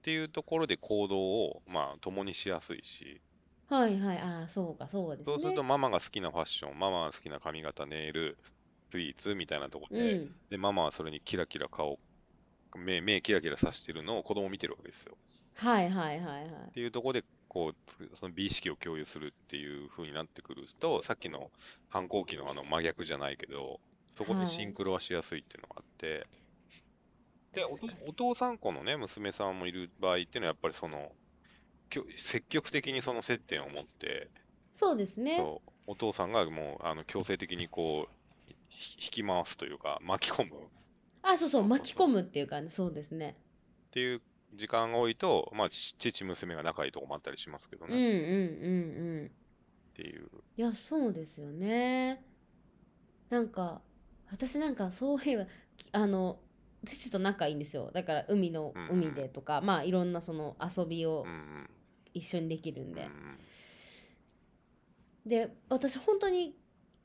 Speaker 2: ていうところで行動をまあ共にしやすいし
Speaker 1: はいはいああそうかそうですね
Speaker 2: そうするとママが好きなファッションママが好きな髪型ネイルスイーツみたいなところ
Speaker 1: う
Speaker 2: で、
Speaker 1: ん
Speaker 2: で、ママはそれにキラキラ顔、目、目キラキラさしてるのを子供見てるわけですよ。
Speaker 1: はいはいはいはい
Speaker 2: っていうところで、こう、その美意識を共有するっていう風になってくると、さっきの反抗期のあの真逆じゃないけど、そこ
Speaker 1: は
Speaker 2: で
Speaker 1: い
Speaker 2: シンクロはしやすいっていうのがあって、で、お
Speaker 1: 確
Speaker 2: と
Speaker 1: かに
Speaker 2: お父さん子のね、娘さんもいる場合っていうのは、やっぱりその、きょ積極的にその接点を持って、
Speaker 1: そうですね
Speaker 2: そうお父さんがもうあの強制的にこう、ひ引き回すというか、巻き込む
Speaker 1: あそうそう巻き込むっていう感じそうですね
Speaker 2: っていう時間が多いと、まあ、ち父、娘が仲いいとこもあったりしますけど
Speaker 1: うんうん
Speaker 2: ね、っ
Speaker 1: うんうん
Speaker 2: ていう。
Speaker 1: いやそうですよねなんか私なんかそういえばあの父と仲いいんですよだから海の
Speaker 2: うんうん
Speaker 1: 海でとか、まあいろんなその遊びを
Speaker 2: うんうん
Speaker 1: 一緒にできるん
Speaker 2: うんう
Speaker 1: で、
Speaker 2: ん
Speaker 1: で私本当に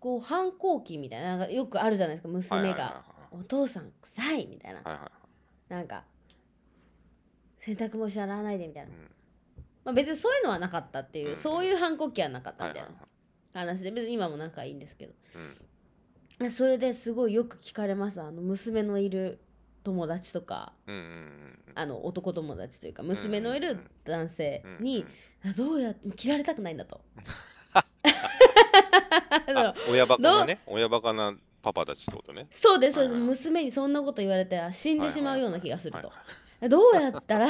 Speaker 1: こう反抗期みたいななんかよくあるじゃないですか
Speaker 2: はいは
Speaker 1: 娘
Speaker 2: いはい
Speaker 1: が「お父さん臭い」みたいな、
Speaker 2: はいはいは
Speaker 1: なんか「洗濯も一緒に洗わないで」みたい
Speaker 2: い
Speaker 1: な、
Speaker 2: うん
Speaker 1: まあ、別にそういうのはなかったっていう、
Speaker 2: うんうん
Speaker 1: そういう反抗期はなかった
Speaker 2: はい
Speaker 1: み
Speaker 2: はい
Speaker 1: たい
Speaker 2: はい
Speaker 1: な話で別に今も仲いいんですけど
Speaker 2: うん
Speaker 1: えそれですごいよく聞かれますあの娘のいる友達とか
Speaker 2: うんうんうんうん
Speaker 1: あの男友達というか娘のいる男性
Speaker 2: うんうん
Speaker 1: に、あどうやって切られたくないんだ と。 そう
Speaker 2: あ親バカなね親バカなパパたちってことね
Speaker 1: そうですそうです、
Speaker 2: はいはい
Speaker 1: 娘にそんなこと言われてあ死んでしまうような気がすると、
Speaker 2: はい
Speaker 1: どうやったら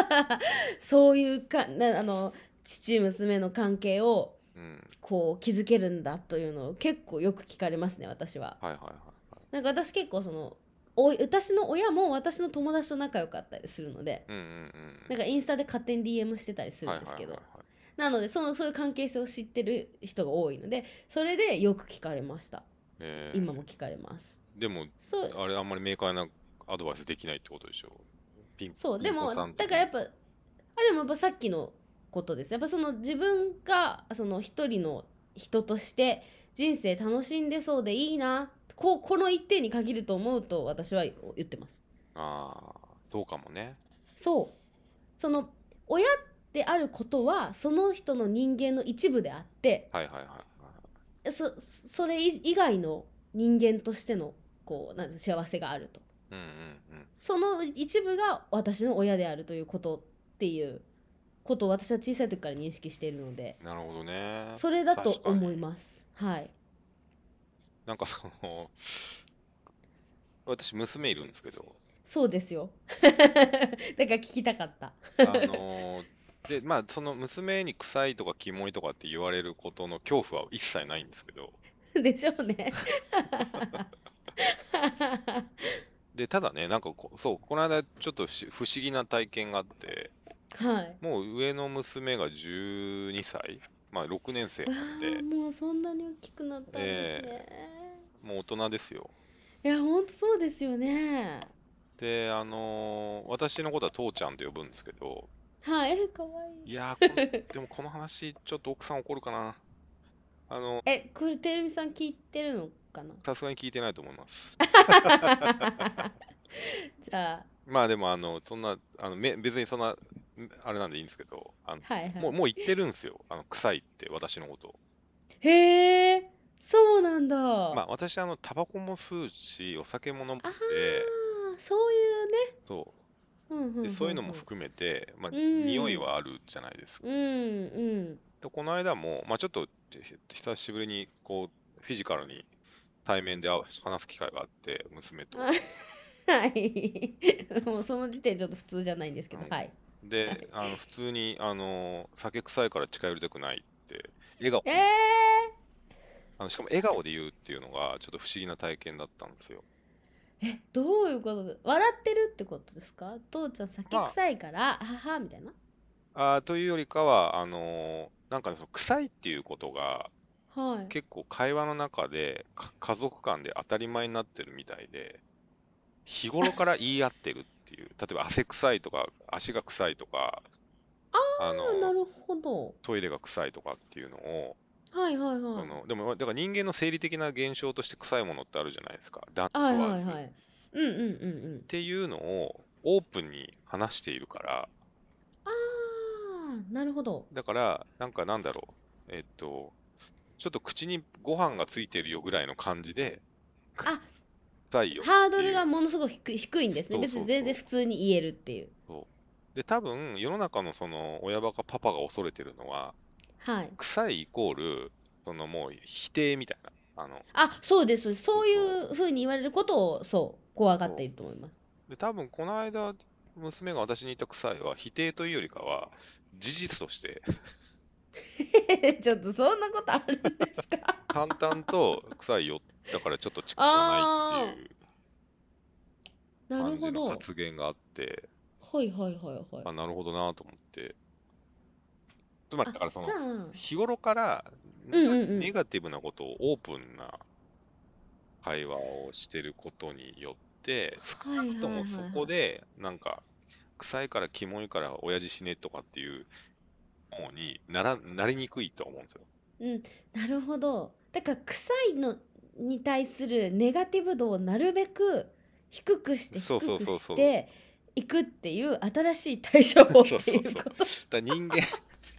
Speaker 1: そういうかなあの父娘の関係を
Speaker 2: うん
Speaker 1: こう築けるんだというのを結構よく聞かれますね私は。
Speaker 2: はいはいはいはい
Speaker 1: なんか私結構そのおい私の親も私の友達と仲良かったりするので
Speaker 2: うんうんうん
Speaker 1: なんかインスタで勝手に DM してたりするんですけど、
Speaker 2: はいはいはいはい
Speaker 1: なのでそのそういう関係性を知ってる人が多いのでそれでよく聞かれました、
Speaker 2: えー
Speaker 1: 今も聞かれます
Speaker 2: でも
Speaker 1: そう
Speaker 2: あれあんまり明快なアドバイスできないってことでしょピン
Speaker 1: そう
Speaker 2: ピ
Speaker 1: で
Speaker 2: ン
Speaker 1: も
Speaker 2: 子
Speaker 1: だ
Speaker 2: さ
Speaker 1: か
Speaker 2: ん的に
Speaker 1: らやっぱあでもやっぱさっきのことですやっぱその自分がその一人の人として人生楽しんでそうでいいなこうこの一点に限ると思うと私は言ってます
Speaker 2: ああそうかもね
Speaker 1: そうその親であることはその人の人間の一部であって
Speaker 2: はいはいはいはい
Speaker 1: そそれ以以外の人間としてのこうなんていうの幸せがあると
Speaker 2: うんうんうん
Speaker 1: その一部が私の親であるということっていうことを私は小さい時から認識しているので
Speaker 2: なるほどね
Speaker 1: それだと
Speaker 2: 確かに
Speaker 1: 思いますはい
Speaker 2: なんかその私娘いるんですけど
Speaker 1: そうですよ だから聞きたかった
Speaker 2: あのでまあその娘に臭いとかキモいとかって言われることの恐怖は一切ないんですけど
Speaker 1: でしょう ね
Speaker 2: でただねなんかこそうこの間ちょっとし不思議な体験があって
Speaker 1: はい
Speaker 2: もう上の娘が12歳まあ6年生
Speaker 1: わ
Speaker 2: なんで
Speaker 1: あもうそんなに大きくなったんですね、
Speaker 2: もう大人ですよ
Speaker 1: いやほんとそうですよね
Speaker 2: で、あのー私のことは父ちゃんと呼ぶんですけど、
Speaker 1: はいえかわい
Speaker 2: い
Speaker 1: い
Speaker 2: やー、このでもこの話、ちょっと奥さん怒るかな。あの、
Speaker 1: えこれてるみさん聞いてるのかな
Speaker 2: さすがに聞いてないと思います。
Speaker 1: じゃあ
Speaker 2: まあでも、あの、そんな、あのめ別にそんな、んあれなんでいいんですけど、あの
Speaker 1: はいはい
Speaker 2: もうもう言ってるんですよ、あの臭いって、私のこと。
Speaker 1: へえそうなんだ、
Speaker 2: まあ、私、あの、タバコも吸うし、お酒も飲んで
Speaker 1: あ、ーそういうね
Speaker 2: そ
Speaker 1: うんうん
Speaker 2: う、
Speaker 1: ん
Speaker 2: で
Speaker 1: ん
Speaker 2: そういうのも含めて、まあ、
Speaker 1: うん
Speaker 2: 匂いはあるじゃないですか。
Speaker 1: うんうん
Speaker 2: で、この間も、まあ、ちょっとひ久しぶりにこうフィジカルに対面で会う話す機会があって、娘と。
Speaker 1: あはい もうその時点ちょっと普通じゃないんですけど、
Speaker 2: うん
Speaker 1: はい
Speaker 2: で、あの普通にあの酒臭いから近寄りたくないって、笑顔
Speaker 1: えー、
Speaker 2: あの、しかも笑顔で言うっていうのが、ちょっと不思議な体験だったんですよ。
Speaker 1: えどういうことで笑ってるってことですか父ちゃん酒
Speaker 2: まあ
Speaker 1: 臭いから、あははみたいな
Speaker 2: あーというよりかは、あのなんかねその臭いっていうことが、
Speaker 1: はい
Speaker 2: 結構会話の中で、か家族間で当たり前になってるみたいで、日頃から言い合ってるっていう、例えば汗臭いとか、足が臭いとか、あ
Speaker 1: あな
Speaker 2: の
Speaker 1: るほど
Speaker 2: トイレが臭いとかっていうのを、
Speaker 1: はいはいは
Speaker 2: あ
Speaker 1: い
Speaker 2: のでもだから人間の生理的な現象として臭いものってあるじゃないですか、男
Speaker 1: はい
Speaker 2: 女問
Speaker 1: は
Speaker 2: わ
Speaker 1: い
Speaker 2: ず
Speaker 1: は
Speaker 2: っ
Speaker 1: いうんうんうんうん
Speaker 2: ていうのをオープンに話しているから、
Speaker 1: あーなるほど
Speaker 2: だから、なんかなんだろう、えっと、ちょっと口にご飯がついてるよぐらいの感じで、
Speaker 1: あ
Speaker 2: 臭いよ
Speaker 1: ハードルがものすごく低い低いんですね
Speaker 2: そうそう
Speaker 1: 別
Speaker 2: そう
Speaker 1: に全然普通に言えるっていう
Speaker 2: で、多分、世の中のその親バカパパが恐れてるのは、
Speaker 1: はい
Speaker 2: 臭いイコール、そのもう否定みたいな。あの、
Speaker 1: あそうですそういうふうに言われることをそう怖がっていると思います
Speaker 2: で、多分この間、娘が私に言った臭いは否定というよりかは、事実として、
Speaker 1: ちょっとそんなことあるんですか
Speaker 2: 淡々と臭いよ、だからちょっと近づかないっていう
Speaker 1: なる
Speaker 2: 感
Speaker 1: ほど
Speaker 2: じの
Speaker 1: はい
Speaker 2: 発言があって、
Speaker 1: はいはいはい
Speaker 2: あ、なるほどなと思って。つまり、だからそ
Speaker 1: あじゃ
Speaker 2: の、日頃からネガ
Speaker 1: うんうんうん
Speaker 2: ネガティブなことをオープンな会話をしてることによって、
Speaker 1: あはいはい
Speaker 2: で
Speaker 1: はいは
Speaker 2: も
Speaker 1: い
Speaker 2: そこで、なんか、臭いからキモいから親父死ねとかっていう方にならなりにくいと思うんですよ。
Speaker 1: なるほどだから臭いのに対するネガティブ度をなるべく低くして
Speaker 2: そ
Speaker 1: 低
Speaker 2: うそう
Speaker 1: く
Speaker 2: そうそ
Speaker 1: し
Speaker 2: う
Speaker 1: ていくっていう新しい対処法っ
Speaker 2: そう
Speaker 1: て
Speaker 2: そう
Speaker 1: い
Speaker 2: そう
Speaker 1: うこと
Speaker 2: だから 人間、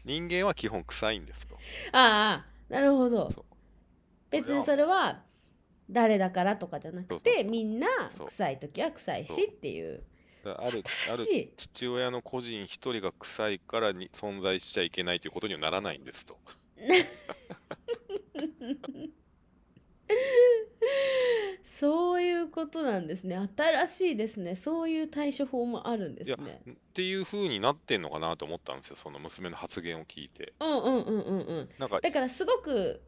Speaker 2: 人間は基本臭いんですと。
Speaker 1: ああなるほど
Speaker 2: そう
Speaker 1: 別にそれは誰だからとかじゃなく
Speaker 2: そうそう
Speaker 1: て
Speaker 2: そう
Speaker 1: みんな
Speaker 2: そう
Speaker 1: 臭い時は臭いし
Speaker 2: そう
Speaker 1: っていう
Speaker 2: だからあるあ
Speaker 1: 正し
Speaker 2: る
Speaker 1: い
Speaker 2: 父親の個人一人が臭いからに存在しちゃいけないということにはならないんですと。
Speaker 1: そういうことなんですね新しいですねそういう対処法もあるんですね
Speaker 2: っていうふうになってんのかなと思ったんですよ、その娘の発言を聞いて。
Speaker 1: うんうんうんうんうん
Speaker 2: なんか、
Speaker 1: だからすごく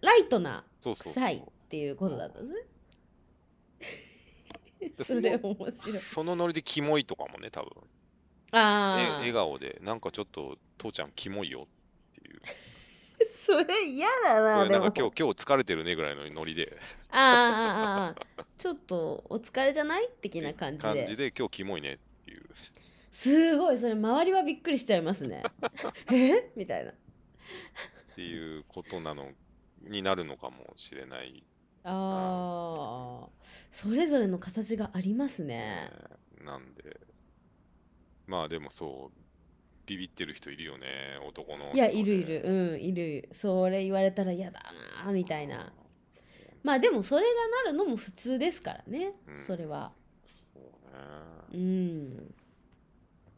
Speaker 1: ライトな
Speaker 2: そうそうそう
Speaker 1: 臭いっていうことだったんですね
Speaker 2: で
Speaker 1: それ面白い
Speaker 2: そのノリでキモいとかもね、多分え
Speaker 1: あ
Speaker 2: 笑
Speaker 1: あ
Speaker 2: 顔で、なんかちょっと父ちゃんキモいよっていう。
Speaker 1: それ嫌だ
Speaker 2: こ
Speaker 1: な
Speaker 2: れな
Speaker 1: で
Speaker 2: ん
Speaker 1: も
Speaker 2: か今日、今日疲れてるねぐらいのノリで、
Speaker 1: あーあーあーあーちょっとお疲れじゃない的な感じで
Speaker 2: 感じで今日キモいねっていう。
Speaker 1: すごいそれ周りはびっくりしちゃいます ねえみたいな
Speaker 2: っていうことなのになるのかもしれない、
Speaker 1: あーそれぞれの形がありますね
Speaker 2: ねなんでまあでもそうビビってる人いるよね男の人
Speaker 1: いやいるいるうんいるそれ言われたら嫌だなみ
Speaker 2: み
Speaker 1: たいなまあでもそれがなるのも普通ですからね、
Speaker 2: うん
Speaker 1: それは
Speaker 2: そ
Speaker 1: う
Speaker 2: うね
Speaker 1: ん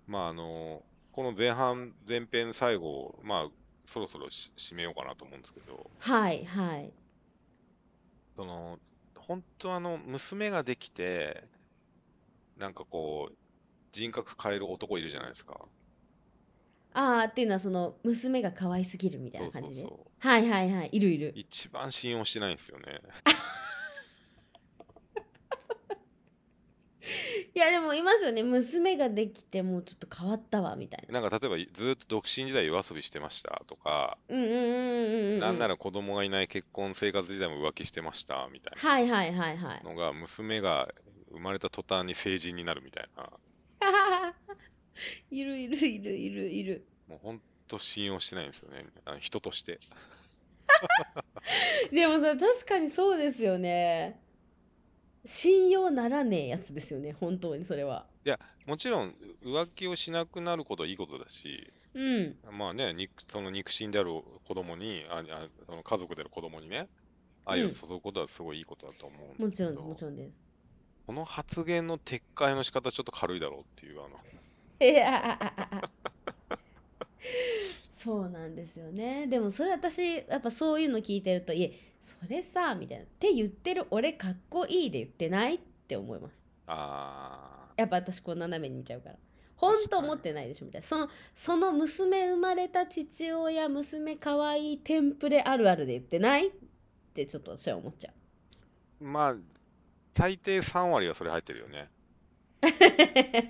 Speaker 2: まああのこの前半前編最後まあそろそろし締めようかなと思うんですけど
Speaker 1: はいはい
Speaker 2: その本当あの娘ができてなんかこう人格変える男いるじゃないですか
Speaker 1: ああっていうのはその娘が可愛すぎるみたいな感じで
Speaker 2: そうそうそう
Speaker 1: はいはいはいいるいる
Speaker 2: 一番信用してないんですよね。
Speaker 1: いやでもいますよね娘ができてもうちょっと変わったわみたいな
Speaker 2: なんか例えばずっと独身時代夜遊びしてましたとか、
Speaker 1: うんうんうんうんうん
Speaker 2: なんなら子供がいない結婚生活時代も浮気してましたみたい
Speaker 1: はいはいはい は
Speaker 2: なのが娘が生まれた途端に成人になるみたいな、
Speaker 1: いいるいるいるいるいる
Speaker 2: もう本当信用してないんですよね、あの人として。
Speaker 1: でもさ確かにそうですよね信用ならねえやつですよね本当にそれは
Speaker 2: もちろん浮気をしなくなることはいいことだし、
Speaker 1: うん
Speaker 2: まあね、肉その肉親である子供に、ああその家族である子供にね、愛を注ぐことはすごいいいことだと思うん
Speaker 1: も
Speaker 2: です
Speaker 1: ち
Speaker 2: けど、
Speaker 1: ろんですもちろんです
Speaker 2: この発言の撤回の仕方ちょっと軽いだろうっていうあの
Speaker 1: いやそうなんですよねでもそれ私やっぱそういうの聞いてると「いえそれさ」みたいな「って言ってる俺かっこいい」で言ってないって思います
Speaker 2: あ
Speaker 1: やっぱ私こう斜めに見ちゃうから本当思ってないでしょみたいなそのその娘生まれた父親娘可愛いテンプレあるあるで言ってないってちょっと私は思っちゃう
Speaker 2: ーまあ大抵3割はそれ入ってるよね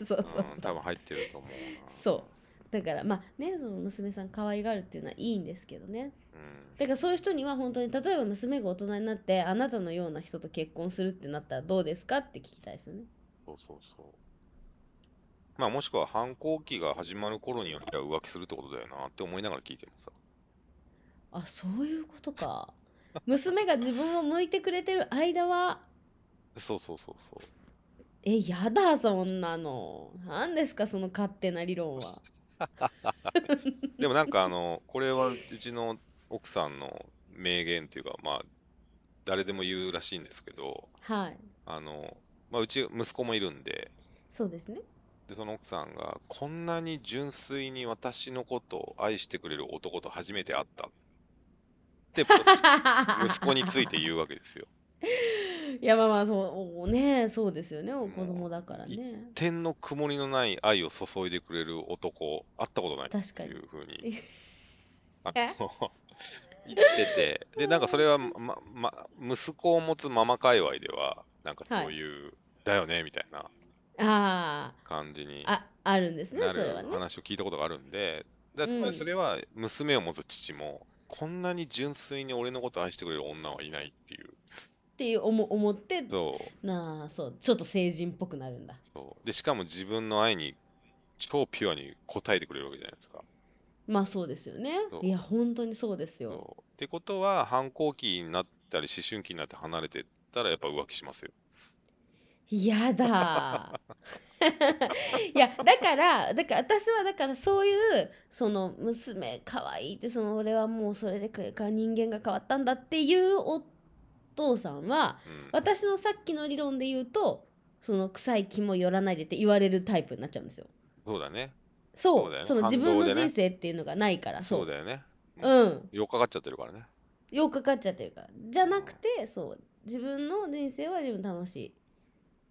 Speaker 1: そうそう
Speaker 2: う
Speaker 1: そ
Speaker 2: ん多
Speaker 1: う
Speaker 2: 分入ってると思うな
Speaker 1: そだからまあねその娘さん可愛がるっていうのはいいんですけどね
Speaker 2: うん
Speaker 1: だからそういう人には本当に例えば娘が大人になってあなたのような人と結婚するってなったらどうですかって聞きたいですよね
Speaker 2: そうそうそうまあもしくは反抗期が始まる頃にはじゃあ浮気するってことだよなって思いながら聞いてもさ
Speaker 1: あそういうことか 娘が自分を向いてくれてる間は
Speaker 2: そうそうそうそう
Speaker 1: えやだそんなの何ですかその勝手な理論は
Speaker 2: でもなんかあの、これはうちの奥さんの名言っていうか、まあ、誰でも言うらしいんですけど、
Speaker 1: はい
Speaker 2: あの、まあ、うち息子もいるんで、
Speaker 1: そうですね
Speaker 2: で、その奥さんが、こんなに純粋に私のことを愛してくれる男と初めて会ったって、 息子について言うわけですよ。
Speaker 1: いやまあまあそうねそうですよね
Speaker 2: も
Speaker 1: 子
Speaker 2: う
Speaker 1: 供だから
Speaker 2: い
Speaker 1: ね
Speaker 2: 天の曇りのない愛を注いでくれる男、会ったことないっ
Speaker 1: 確
Speaker 2: て
Speaker 1: かに
Speaker 2: いうふう
Speaker 1: に
Speaker 2: に、あの、 言ってて、で、なんかそれは、ま、ま、息子を持つママ界隈では、なんかそういう、だよね、みたいな
Speaker 1: あ
Speaker 2: 感じに
Speaker 1: あああるんですね
Speaker 2: な
Speaker 1: それ
Speaker 2: る
Speaker 1: はね
Speaker 2: 話を聞いたことがあるんで、だ
Speaker 1: うん
Speaker 2: つまりそれは、娘を持つ父も、こんなに純粋に俺のことを愛してくれる女はいないっていう。
Speaker 1: っていう思思って
Speaker 2: そう。
Speaker 1: なあそうちょっと成人っぽくなるんだ
Speaker 2: そうで、しかも自分の愛に、超ピュアに応えてくれるわけじゃないですか。
Speaker 1: まあそうですよね
Speaker 2: そう
Speaker 1: いや本当にそうですよ
Speaker 2: そうってことは、反抗期になったり、思春期になって離れてったら、やっぱ浮気しますよ。
Speaker 1: やだ いやだからだから私はだからそういうその娘可愛いってその俺はもうそれでか人間が変わったんだっていう夫父さんは
Speaker 2: うん
Speaker 1: 私のさっきの理論で言うとその臭い気も寄らないでって言われるタイプになっちゃうんですよ。
Speaker 2: そうだね。
Speaker 1: そう
Speaker 2: そうだよね
Speaker 1: その自分
Speaker 2: 反
Speaker 1: の
Speaker 2: 動でね
Speaker 1: 人生っていうのがないから
Speaker 2: そう
Speaker 1: だ
Speaker 2: だよね。
Speaker 1: うん
Speaker 2: よっかかっちゃってるからね。
Speaker 1: よくかかっちゃってるからじゃなくてそう自分の人生は自分楽し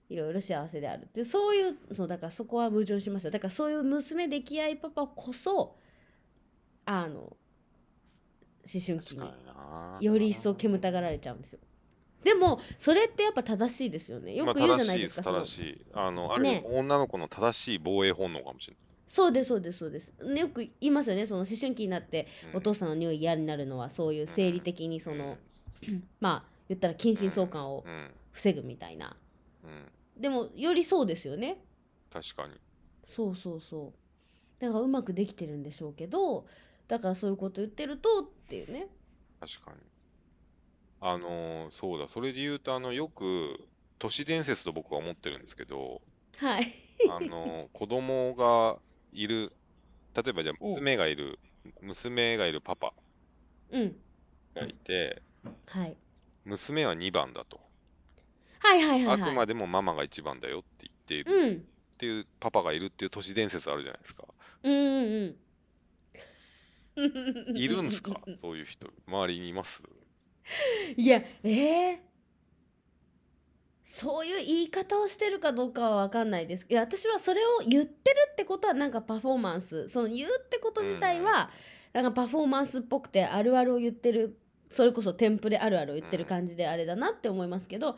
Speaker 1: いいろいろ幸せであるっていうそういうそうだからそこは矛盾しますよだからそういう娘溺愛パパこそあの思春期
Speaker 2: 確
Speaker 1: に
Speaker 2: かにな。
Speaker 1: より一層煙たがられちゃうんですよでもそれってやっぱ正しいですよねよく言うじゃないですか、
Speaker 2: まあ正
Speaker 1: そ
Speaker 2: し
Speaker 1: の
Speaker 2: いです正しい。あの、ある意味
Speaker 1: ね
Speaker 2: 女の子の正しい防衛本能かもしれ
Speaker 1: そうですそうですそうですねよく言いますよねその思春期になって
Speaker 2: ない。
Speaker 1: お父さんの匂い嫌になるのはそういう生理的にその、まあ言ったら近親相関を
Speaker 2: うん、うん
Speaker 1: 防ぐみたいな
Speaker 2: うん
Speaker 1: でもよりそうですよね
Speaker 2: 確かに。
Speaker 1: そうそうそうだからうまくできてるんでしょうけどだからそういうこと言ってるとっていうね
Speaker 2: 確かに。あのーそうだ、それで言うと、あの、よく、都市伝説と僕は思ってるんです けど、
Speaker 1: はい
Speaker 2: あのー子供がいる、例えばじゃあ
Speaker 1: お
Speaker 2: 娘がいる、娘がいるパパ
Speaker 1: うん
Speaker 2: がいて、
Speaker 1: はい
Speaker 2: 娘は2番だと。
Speaker 1: はいはいは
Speaker 2: あ
Speaker 1: い
Speaker 2: く
Speaker 1: はい
Speaker 2: までもママが1番だよって言っている
Speaker 1: うん
Speaker 2: っていう、パパがいるっていう都市伝説あるじゃないですか。
Speaker 1: うんうんうん
Speaker 2: いるんですかそういう人。周りにいます
Speaker 1: いやえー、そういう言い方をしてるかどうかは分かんないですいや私はそれを言ってるってことはなんかパフォーマンスその言うってこと自体は、なんかパフォーマンスっぽくてあるあるを言ってるそれこそテンプレあるあるを言ってる感じであれだなって思いますけど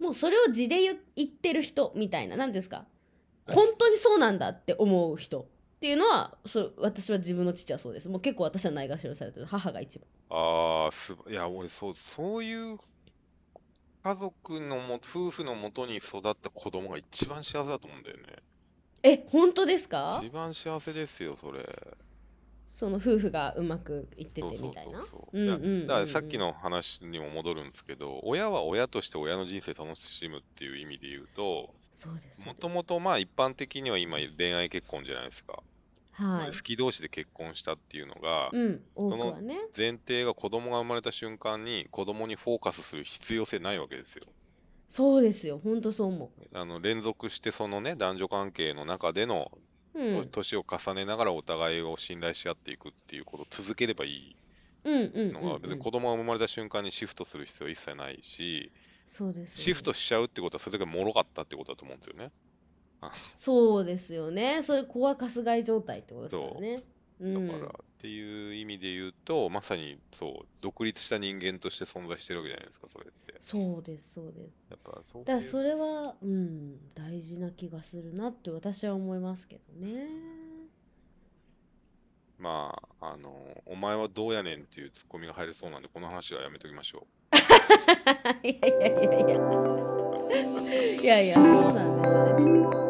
Speaker 1: もうそれを字で言う言ってる人みたいな何ですか本当にそうなんだって思う人っていうのはそう私は自分の父はそうですもう結構私はないがしろにされてる母が一番
Speaker 2: ああ、すば、いや、俺、そう、そういう家族のも、夫婦のもとに育った子供が一番幸せだと思うんだよね。
Speaker 1: え本当ですか
Speaker 2: 一番幸せですよ、それ。
Speaker 1: その夫婦がうまくいって
Speaker 2: そう
Speaker 1: て
Speaker 2: そう
Speaker 1: みたいな。
Speaker 2: そ
Speaker 1: う
Speaker 2: うそ
Speaker 1: ん
Speaker 2: う。
Speaker 1: う
Speaker 2: だ
Speaker 1: んうんうん
Speaker 2: だからさっきの話にも戻るんですけど、親は親として親の人生楽しむっていう意味で言うと、
Speaker 1: そうです。
Speaker 2: もともとまあ一般的には今恋愛結婚じゃないですか。
Speaker 1: とはい
Speaker 2: 好。き同士で結婚したっていうのが、
Speaker 1: うん、多くはね。
Speaker 2: 前提が子供が生まれた瞬間に子供にフォーカスする必要性ないわけですよ。
Speaker 1: そうですよ。本当そう思
Speaker 2: あの連続してそのね男女関係の中での
Speaker 1: う。うん。
Speaker 2: 年を重ねながらお互いを信頼し合っていくっていうことを続ければいい
Speaker 1: うんうん
Speaker 2: の
Speaker 1: うん、
Speaker 2: が
Speaker 1: う
Speaker 2: 別に
Speaker 1: ん。
Speaker 2: 子供が生まれた瞬間にシフトする必要は一切ないし
Speaker 1: そうです。
Speaker 2: シフト。しちゃうってことはそれだけ脆かったってことだと思うんですよね。
Speaker 1: そうですよね。それ、子はかすがい状態ってことですからね。う
Speaker 2: だ
Speaker 1: ん。
Speaker 2: からっていう意味で言うとまさにそう独立した人間として存在してるわけじゃないですかそれって。
Speaker 1: そうです、そうです。
Speaker 2: やっぱそう
Speaker 1: だから、
Speaker 2: いう
Speaker 1: それは、うん、大事な気がするなって私は思いますけどね。
Speaker 2: まああのお前はどうやねんっていうツッコミが入りそうなんでこの話はやめときましょ う。
Speaker 1: いやいやいやいや。いやいや、そうなんですよね。